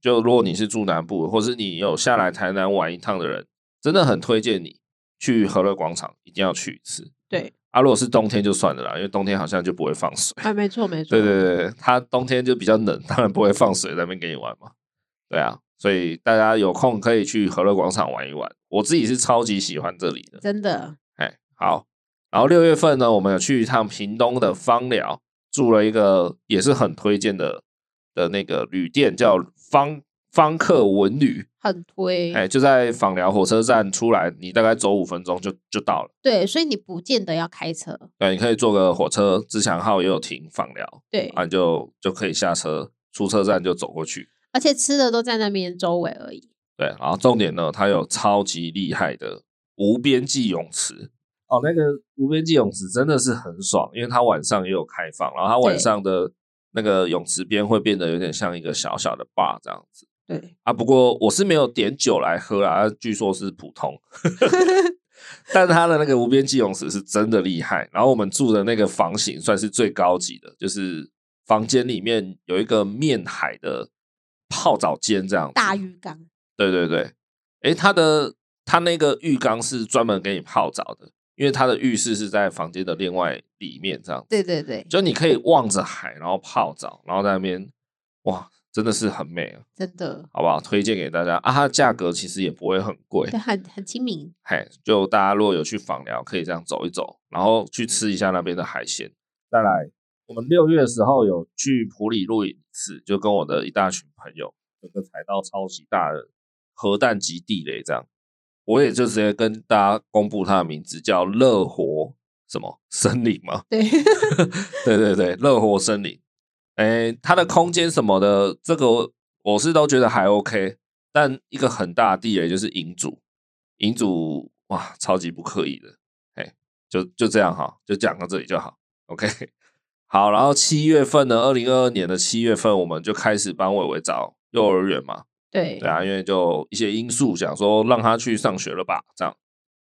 就如果你是住南部，或是你有下来台南玩一趟的人，真的很推荐你去和乐广场，一定要去一次。
对
啊，如果是冬天就算了啦，因为冬天好像就不会放水。
哎，没错没错，
对对对对，它冬天就比较冷，当然不会放水在那边给你玩嘛。对啊，所以大家有空可以去和乐广场玩一玩。我自己是超级喜欢这里的，
真的
哎，好。然后六月份呢，我们有去一趟屏东的芳寮，住了一个也是很推荐的的那个旅店，叫方方客文旅，
很推，
哎，就在访寮火车站出来，你大概走五分钟就就到了。
对，所以你不见得要开车，
对，你可以坐个火车，自强号也有停访寮，
对，
啊，你就就可以下车，出车站就走过去。
而且吃的都在那边周围而已，
对，然后重点呢，它有超级厉害的无边际泳池。哦，那个无边际泳池真的是很爽，因为它晚上也有开放，然后它晚
对
上的那个泳池边会变得有点像一个小小的 bar 这样子
对，
啊。不过我是没有点酒来喝啦，啊据说是普通， 但它的那个无边际泳池是真的厉害。然后我们住的那个房型算是最高级的，就是房间里面有一个面海的泡澡间这样子，
大浴缸，
对对对，诶，它的它那个浴缸是专门给你泡澡的，因为它的浴室是在房间的另外里面这样，
对对对，
就你可以望着海，然后泡澡，然后在那边，哇，真的是很美啊，
真的，
好不好？推荐给大家啊，它的价格其实也不会很贵
对，，很很亲民，
嘿，就大家如果有去访寮，可以这样走一走，然后去吃一下那边的海鲜。再来，我们六月的时候有去普里露营一次，就跟我的一大群朋友，整个踩到超级大的核弹级地雷，这样，我也就直接跟大家公布它的名字，叫乐活什么森林嘛，
对
对对对，乐活森林，哎，它的空间什么的，这个我我是都觉得还 OK，但一个很大的地雷就是银主，银主哇，超级不刻意的，哎，就就这样哈，就讲到这里就好，OK。好，然后七月份呢，二零二二年的七月份，我们就开始帮伟伟找幼儿园嘛，
对
对啊，因为就一些因素想说让他去上学了吧，这样。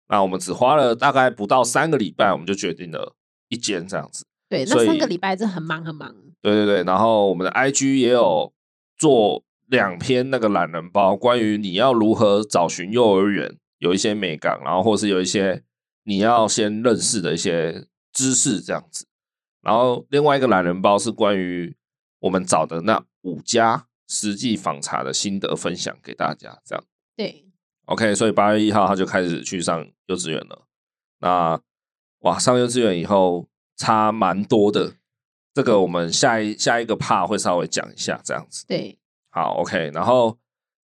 那我们只花了大概不到三个礼拜，我们就决定了一间这样子。
对，
所
那三
以
个礼拜真的很忙很忙。
对对对，然后我们的 IG 也有做两篇那个懒人包，关于你要如何找寻幼儿园，有一些美感，然后或是有一些你要先认识的一些知识这样子。然后另外一个懒人包是关于我们找的那五家实际访查的心得分享给大家，这样。
对，
OK，所以八月一号他就开始去上幼稚园了。那哇，上幼稚园以后差蛮多的，这个我们下一下一个 part 会稍微讲一下这样子。
对，
好，OK，然后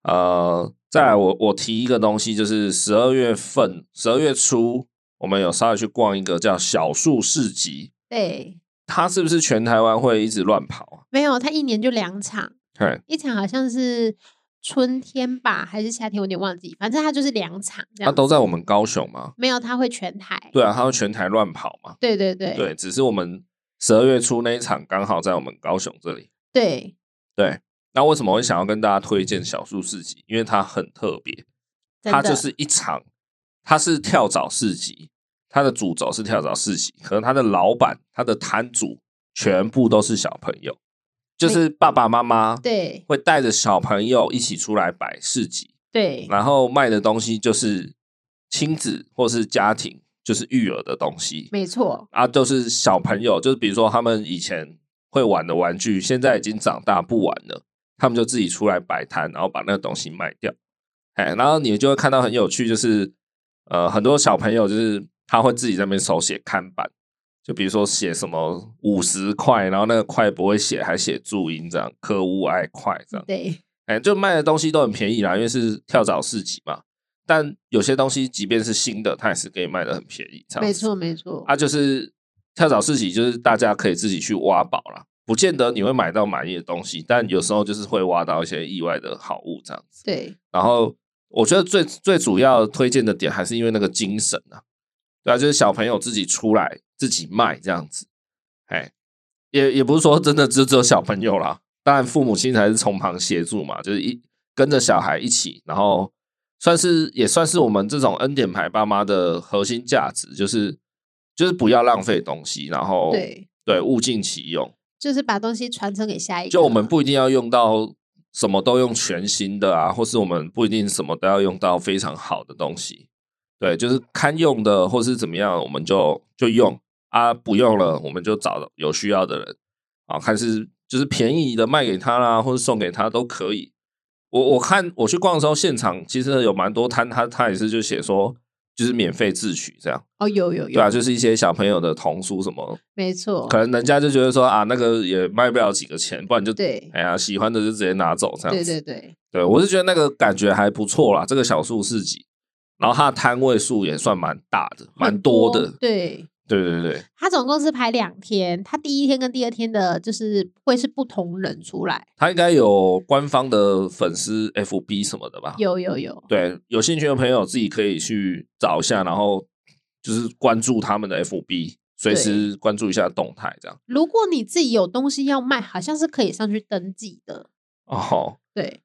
呃，再来我我提一个东西，就是十二月份十二月初，我们有稍微去逛一个叫小树市集，
对，
它是不是全台湾会一直乱跑啊？
没有，他一年就两场，
对，
一场好像是春天吧，还是夏天，我有点忘记，反正他就是两场这
它啊
样。
都在我们高雄吗？
没有，他会全台。
对啊，它会全台乱跑嘛。
对对对
对，只是我们十二月初那一场刚好在我们高雄这里。
对
对，那为什么会想要跟大家推荐小树市集？因为它很特别，
真
它
的
就是一场，它是跳蚤市集，它的主轴是跳蚤市集，可能它的老板、它的摊主全部都是小朋友，就是爸爸妈妈
对
会带着小朋友一起出来摆市集，
对
然后卖的东西就是亲子或是家庭，就是育儿的东西。
没错，
啊，就是小朋友，就是比如说他们以前会玩的玩具，现在已经长大不玩了，他们就自己出来摆摊，然后把那个东西卖掉。哎，然后你就会看到很有趣，就是呃，很多小朋友就是他会自己在那边手写看板，就比如说写什么五十块，然后那个块不会写，还写注音这样，科乌爱块这样。
嗯对
哎，就卖的东西都很便宜啦，因为是跳蚤市集嘛。但有些东西即便是新的，它也是可以卖的很便宜。这样
没
子
错没错，
啊，就是跳蚤市集，就是大家可以自己去挖宝啦，不见得你会买到满意的东西，但有时候就是会挖到一些意外的好物这样子。
对
然后我觉得最最主要推荐的点还是因为那个精神啊，对啊，就是小朋友自己出来自己卖这样子，哎，也也不是说真的只只有小朋友啦，当然父母亲还是从旁协助嘛，就是一跟着小孩一起，然后算是也算是我们这种恩典牌爸妈的核心价值，就是就是不要浪费东西，然后
对，
对物尽其用。
就是把东西传承给下一个。
就我们不一定要用到什么都用全新的啊，或是我们不一定什么都要用到非常好的东西。对，就是堪用的或是怎么样，我们就就用啊，不用了我们就找有需要的人啊，看是就是便宜的卖给他啦，或者送给他都可以。我我看我去逛的时候，现场其实有蛮多摊，他他也是就写说就是免费自取这样，
哦，有有
对啊，
有，
就是一些小朋友的童书什么，
没错
可，能人家就觉得说啊，那个也卖不了几个钱，不然就
对
哎呀，喜欢的就直接拿走这样
对
子。
对对
对我是觉得那个感觉还不错啦，这个小树市集，然后它的摊位数也算蛮大的，蛮
很
多的。
对。
对对对
他总共是排两天，他第一天跟第二天的，就是会是不同人出来。
它应该有官方的粉丝 FB 什么的吧？
有有有，
对，有兴趣的朋友自己可以去找一下，然后就是关注他们的 FB，随时关注一下动态这样。
如果你自己有东西要卖，好像是可以上去登记的。
哦，
对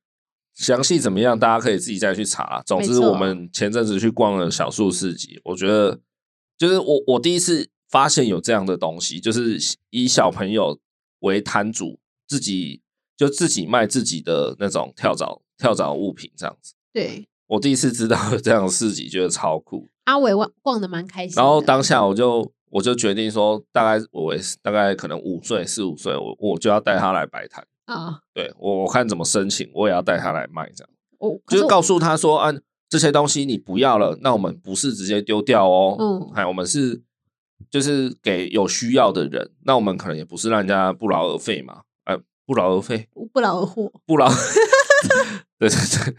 详细怎么样，大家可以自己再去查啦。总
没
之，
错
我们前阵子去逛了小树市集，我觉得就是我我第一次发现有这样的东西，就是以小朋友为摊主，自己就自己卖自己的那种跳蚤跳蚤物品这样子。
对，
我第一次知道有这样的市集，觉得超 酷。
阿伟逛逛的蛮开心的。
然后当下我就我就决定说，大概我大概可能五岁四五岁，我我就要带他来摆摊。
啊，
对我我看怎么申请，我也要带他来卖这样。
我
就是
可
是
我
告诉他说，啊，这些东西你不要了，那我们不是直接丢掉哦，
嗯
哎，我们是就是给有需要的人，那我们可能也不是让人家不劳而费嘛，呃，不劳而费，
我不劳而获。
不劳， 对对对，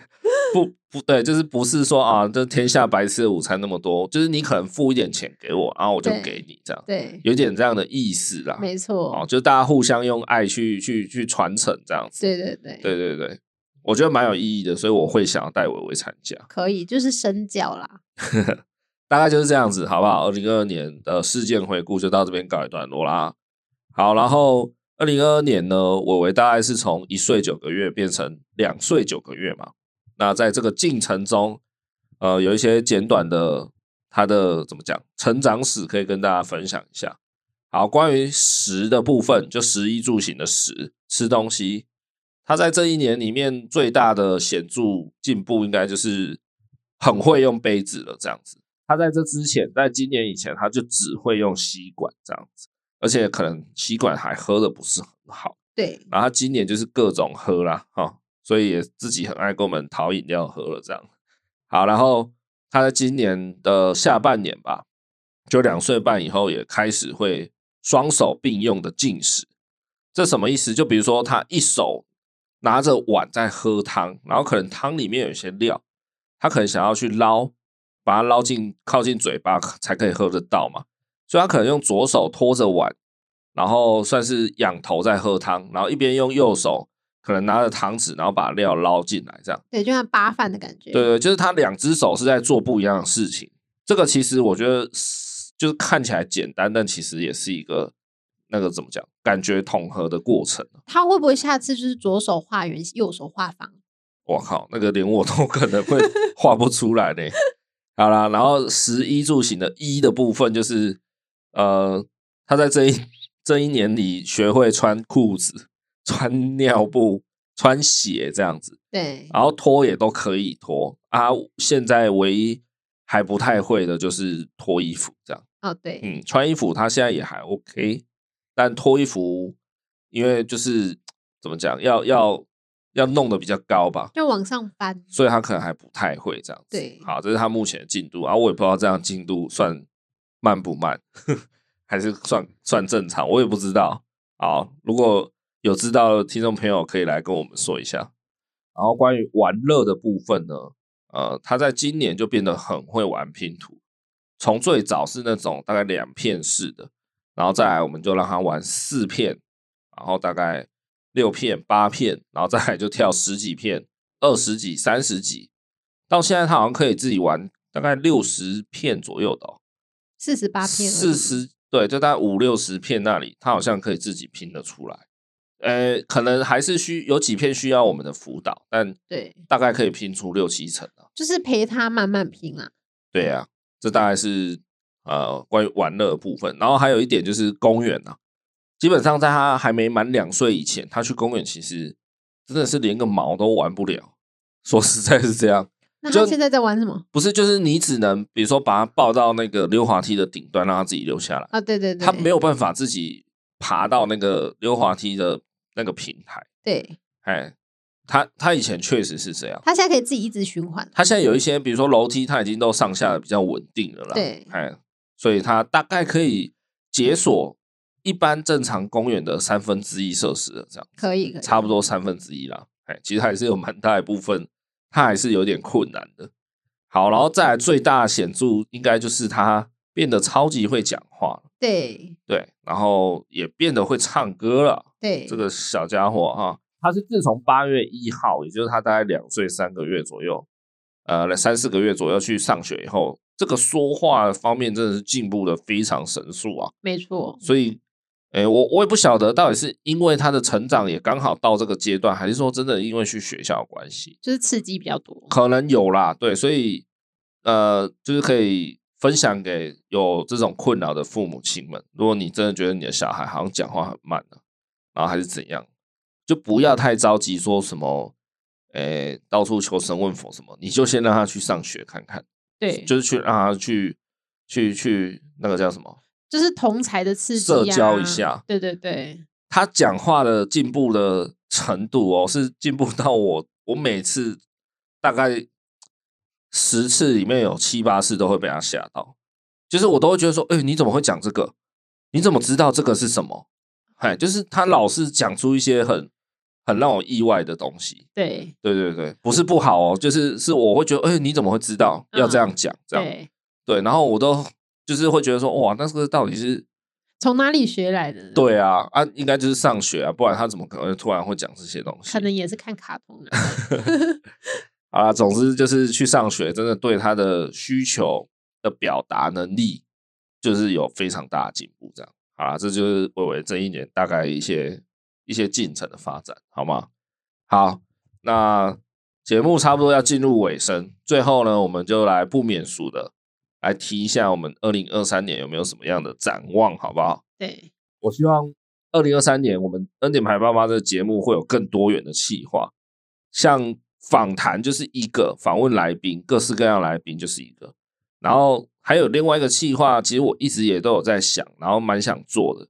不不对，就是不是说啊，这天下白吃的午餐那么多，就是你可能付一点钱给我，然后我就
对
给你这样，
对，
有点这样的意思啦，
没
哦，
错，
就大家互相用爱去去去传承这样子，
对对对
对对对，我觉得蛮有意义的，所以我会想要带伟伟参加。
可以，就是身教啦。
大概就是这样子，好不好？二零二二年的事件回顾就到这边告一段落啦。好，然后二零二二年呢，伟伟大概是从一岁九个月变成两岁九个月嘛。那在这个进程中，呃，有一些简短的他的怎么讲成长史可以跟大家分享一下。好，关于食的部分，就食衣住行的食，吃东西，他在这一年里面最大的显著进步，应该就是很会用杯子了，这样子。他在这之前，在今年以前，他就只会用吸管这样子，而且可能吸管还喝的不是很好。
对，
然后他今年就是各种喝啦，哈、所以也自己很爱跟我们讨饮料喝了这样。好，然后他在今年的下半年吧，就两岁半以后也开始会双手并用的进食。这什么意思？就比如说他一手拿着碗在喝汤，然后可能汤里面有一些料，他可能想要去捞，把它捞进靠近嘴巴才可以喝得到嘛，所以他可能用左手托着碗，然后算是仰头在喝汤，然后一边用右手可能拿着汤匙，然后把料捞进来这样。
对，就像扒饭的感觉。
对，对，就是他两只手是在做不一样的事情。这个其实我觉得是就是看起来简单，但其实也是一个那个怎么讲，感觉统合的过程。
他会不会下次就是左手画圆，右手画方？
我靠，那个连我都可能会画不出来呢。好啦，然后食衣住行的衣的部分就是，呃，他在这一这一年里学会穿裤子、穿尿布、穿鞋这样子。
对，
然后脱也都可以脱啊。现在唯一还不太会的就是脱衣服这样。
哦，对，
嗯，穿衣服他现在也还 OK，但脱衣服因为就是怎么讲，要要要弄得比较高吧，
就往上翻。
所以他可能还不太会这样子。
嗯对
好，这是他目前的进度啊。我也不知道这样进度算慢不慢， 还是算算正常，我也不知道。好，如果有知道的听众朋友可以来跟我们说一下。然后关于玩乐的部分呢，呃，他在今年就变得很会玩拼图，从最早是那种大概两片式的，然后再来我们就让他玩四片，然后大概六片、八片，然后再来就跳十几片、二十几、三十几，到现在他好像可以自己玩大概六十片左右的、哦，
四十八片而已，
四十对，就大概五六十片那里，他好像可以自己拼得出来。呃，可能还是需有几片需要我们的辅导，但
对，
大概可以拼出六七成啊。
就是陪他慢慢拼啦。
对啊，这大概是呃关于玩乐的部分。然后还有一点就是公园啊，基本上在他还没满两岁以前，他去公园其实真的是连个毛都玩不了。说实在是这样，
那
就
他现在在玩什么？
不是就是你只能比如说把他抱到那个溜滑梯的顶端，让他自己溜下来，
啊，对对对，
他没有办法自己爬到那个溜滑梯的那个平台。
对，
哎，他他以前确实是这样。
他现在可以自己一直循环。
他现在有一些，比如说楼梯，他已经都上下的比较稳定了啦。
对
哎，所以他大概可以解锁一般正常公园的三分之一设施了，这样
可以，可以，
差不多三分之一啦。哎，其实还是有蛮大一部分，他还是有点困难的。好，然后再来最大的显著，应该就是他变得超级会讲话，
对
对，然后也变得会唱歌了。
对，
这个小家伙哈，他是自从八月一号，也就是他大概两岁三个月左右，呃，三四个月左右去上学以后，这个说话方面真的是进步的非常神速啊。
没错，
所以，诶，我我也不晓得到底是因为他的成长也刚好到这个阶段，还是说真的因为去学校的关系，
就是刺激比较多。
可能有啦。对，所以呃，就是可以分享给有这种困扰的父母亲们，如果你真的觉得你的小孩好像讲话很慢了、然后还是怎样，就不要太着急说什么。诶，到处求神问佛什么，你就先让他去上学看看，
对，
就是去让他去去去那个叫什么
就是同才的刺激、啊
社交一下。
对对对，
他讲话的进步的程度哦，是进步到我我每次大概十次里面有七八次都会被他吓到，就是我都会觉得说，哎、你怎么会讲这个？你怎么知道这个是什么？哎，就是他老是讲出一些很很让我意外的东西。
对
对对对，不是不好哦，就是是我会觉得，哎、你怎么会知道要这样讲？这样
对，
对，然后我都就是会觉得说，哇，那这个到底是
从哪里学来的呢？，
对啊，啊，应该就是上学啊，不然他怎么可能突然会讲这些东西
可？能也是看卡通的。
啊，总之就是去上学，真的对他的需求的表达能力，就是有非常大的进步。这样，好啦，这就是伟伟这一年大概一些一些进程的发展，好吗？好，那节目差不多要进入尾声，最后呢，我们就来不免俗的来提一下我们二零二三年有没有什么样的展望，好不好？
对，
我希望二零二三年我们恩典牌爸妈这个节目会有更多元的企划，像访谈就是一个访问来宾，各式各样的来宾就是一个，然后还有另外一个企划，其实我一直也都有在想，然后蛮想做的，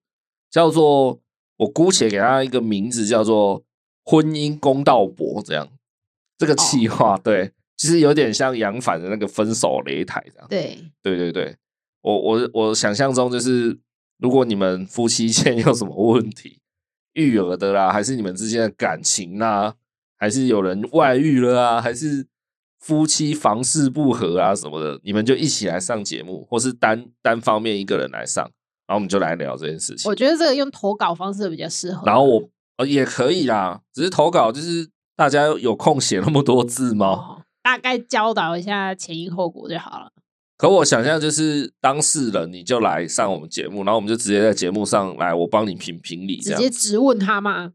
叫做我姑且给它一个名字叫做“婚姻公道博”这样，这个企划、对，其实有点像杨凡的那个分手擂台这样。
对，
对对对，我我我想象中就是，如果你们夫妻间 有什么问题，育儿的啦，还是你们之间的感情啦，还是有人外遇了啊，还是夫妻房事不和啊什么的，你们就一起来上节目，或是单单方面一个人来上，然后我们就来聊这件事情
我。觉得这个用投稿方式比较适合。
然后我呃也可以啦，只是投稿就是大家有空写那么多字吗？
哦，大概教导一下前因后果就好了。
可我想象就是当事人，你就来上我们节目，然后我们就直接在节目上来，我帮你评评理，这
直
样
接直问他嘛，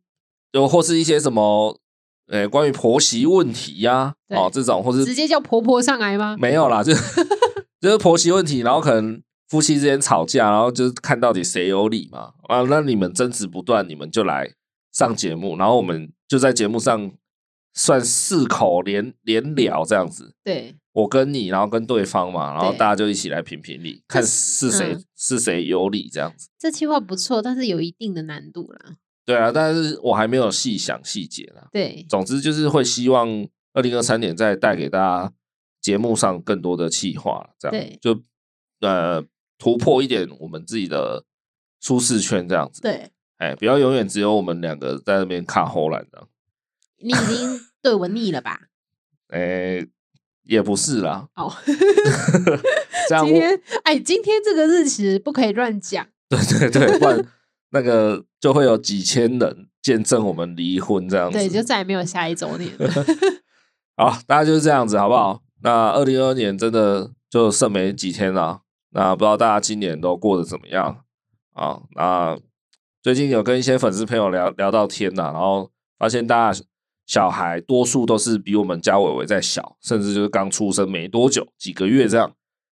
就或是一些什么，呃、关于婆媳问题呀、
对
哦，这种或
直
是嗯
接叫婆婆上来吗？
没有啦，就是 就是婆媳问题，然后可能夫妻之间吵架，然后就是看到底谁有理嘛，啊，那你们争执不断，你们就来上节目，然后我们就在节目上算四口连连聊这样子，
对，
我跟你，然后跟对方嘛，然后
对
大家就一起来评评理，
可
看
是
是谁、
嗯
是谁有理这样子。
这计划不错，但是有一定的难度啦。
对啊，但是我还没有细想细节啦。
对，
总之就是会希望二零二三年再带给大家节目上更多的气化，这样
对
就呃突破一点我们自己的舒适圈这样子。，
对
哎，不要永远只有我们两个在那边看后栏这样。
你已经对我腻了吧？
哎，也不是啦，
哦，
这样
今
啊我
天哎，今天这个日期不可以乱讲。
对对 对，不然那个就会有几千人见证我们离婚这样子。
对，就再也没有下一周年了。
好，大家就是这样子，好不好？那二零二二年真的就剩没几天了，那不知道大家今年都过得怎么样啊？那最近有跟一些粉丝朋友聊聊到天呐、然后发现大家小孩多数都是比我们家伟伟在小，甚至就是刚出生没多久，几个月这样，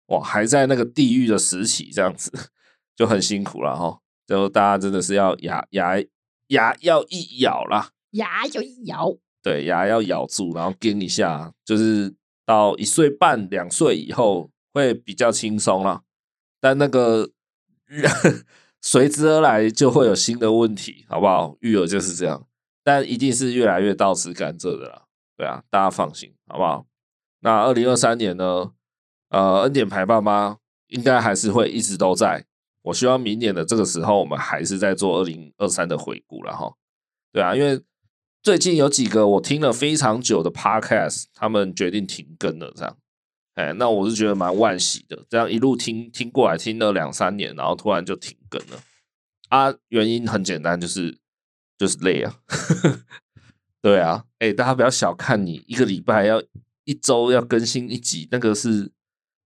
哇，还在那个地狱的时期，这样子就很辛苦了哈。就大家真的是要牙牙牙要一咬啦，
牙有一咬，
对，牙要咬住，然后跟一下，就是到一岁半、两岁以后会比较轻松啦。但那个 随之而来就会有新的问题，好不好？育儿就是这样，但一定是越来越倒吃甘蔗的啦。对啊，大家放心，好不好？那二零二三年呢？呃，恩典牌爸妈应该还是会一直都在。我希望明年的这个时候，我们还是在做二零二三的回顾了哈。对啊，因为最近有几个我听了非常久的 podcast，他们决定停更了，这样。哎，那我是觉得蛮惋惜的，这样一路听听过来，听了两三年，然后突然就停更了。啊，原因很简单，就是就是累啊。 对啊，哎、大家不要小看你一个礼拜要一周要更新一集，那个是，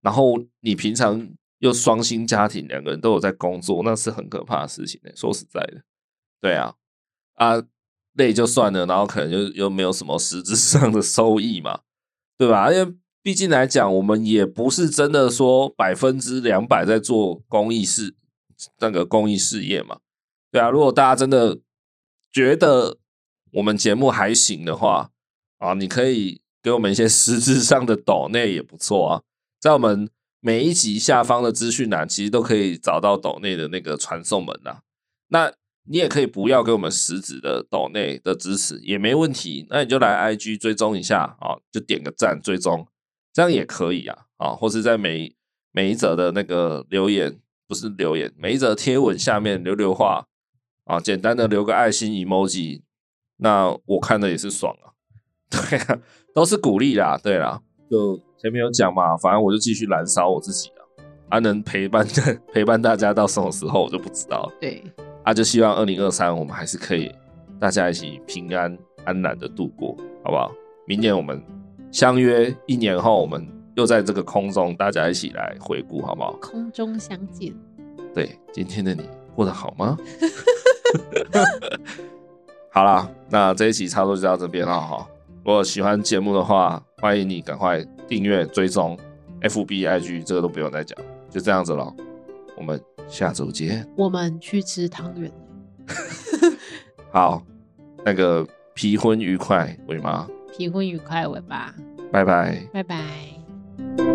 然后你平常又双薪家庭，两个人都有在工作，那是很可怕的事情、欸。说实在的，对啊，啊，累就算了，然后可能又又没有什么实质上的收益嘛，对吧？因为毕竟来讲，我们也不是真的说百分之两百在做公益事那个公益事业嘛，对啊。如果大家真的觉得我们节目还行的话啊，你可以给我们一些实质上的抖内也不错啊，在我们。每一集下方的资讯栏，其实都可以找到抖内的那个传送门啊。那你也可以不要给我们实质的抖内的支持，也没问题。那你就来 IG 追踪一下啊，就点个赞追踪，这样也可以啊啊，或是在每每一则的那个留言，不是留言，每一则贴文下面留留话啊，简单的留个爱心 emoji，那我看的也是爽啊。 对啊，都是鼓励啦，对啦，就前面有讲嘛，反正我就继续燃烧我自己啊。啊，能陪伴 陪伴大家到什么时候我就不知道了。
对，
啊，就希望二零二三我们还是可以大家一起平安安然的度过，好不好？明年我们相约一年后，我们又在这个空中大家一起来回顾，好不好？
空中相见，
对，今天的你过得好吗？好啦，那这一期差不多就到这边了哈。如果喜欢节目的话，欢迎你赶快订阅、追踪 FB、IG，这个都不用再讲，就这样子咯。我们下周见。
我们去吃汤圆。
好，那个皮婚愉快，伟妈，
皮婚愉快，尾巴，
拜拜。
拜拜。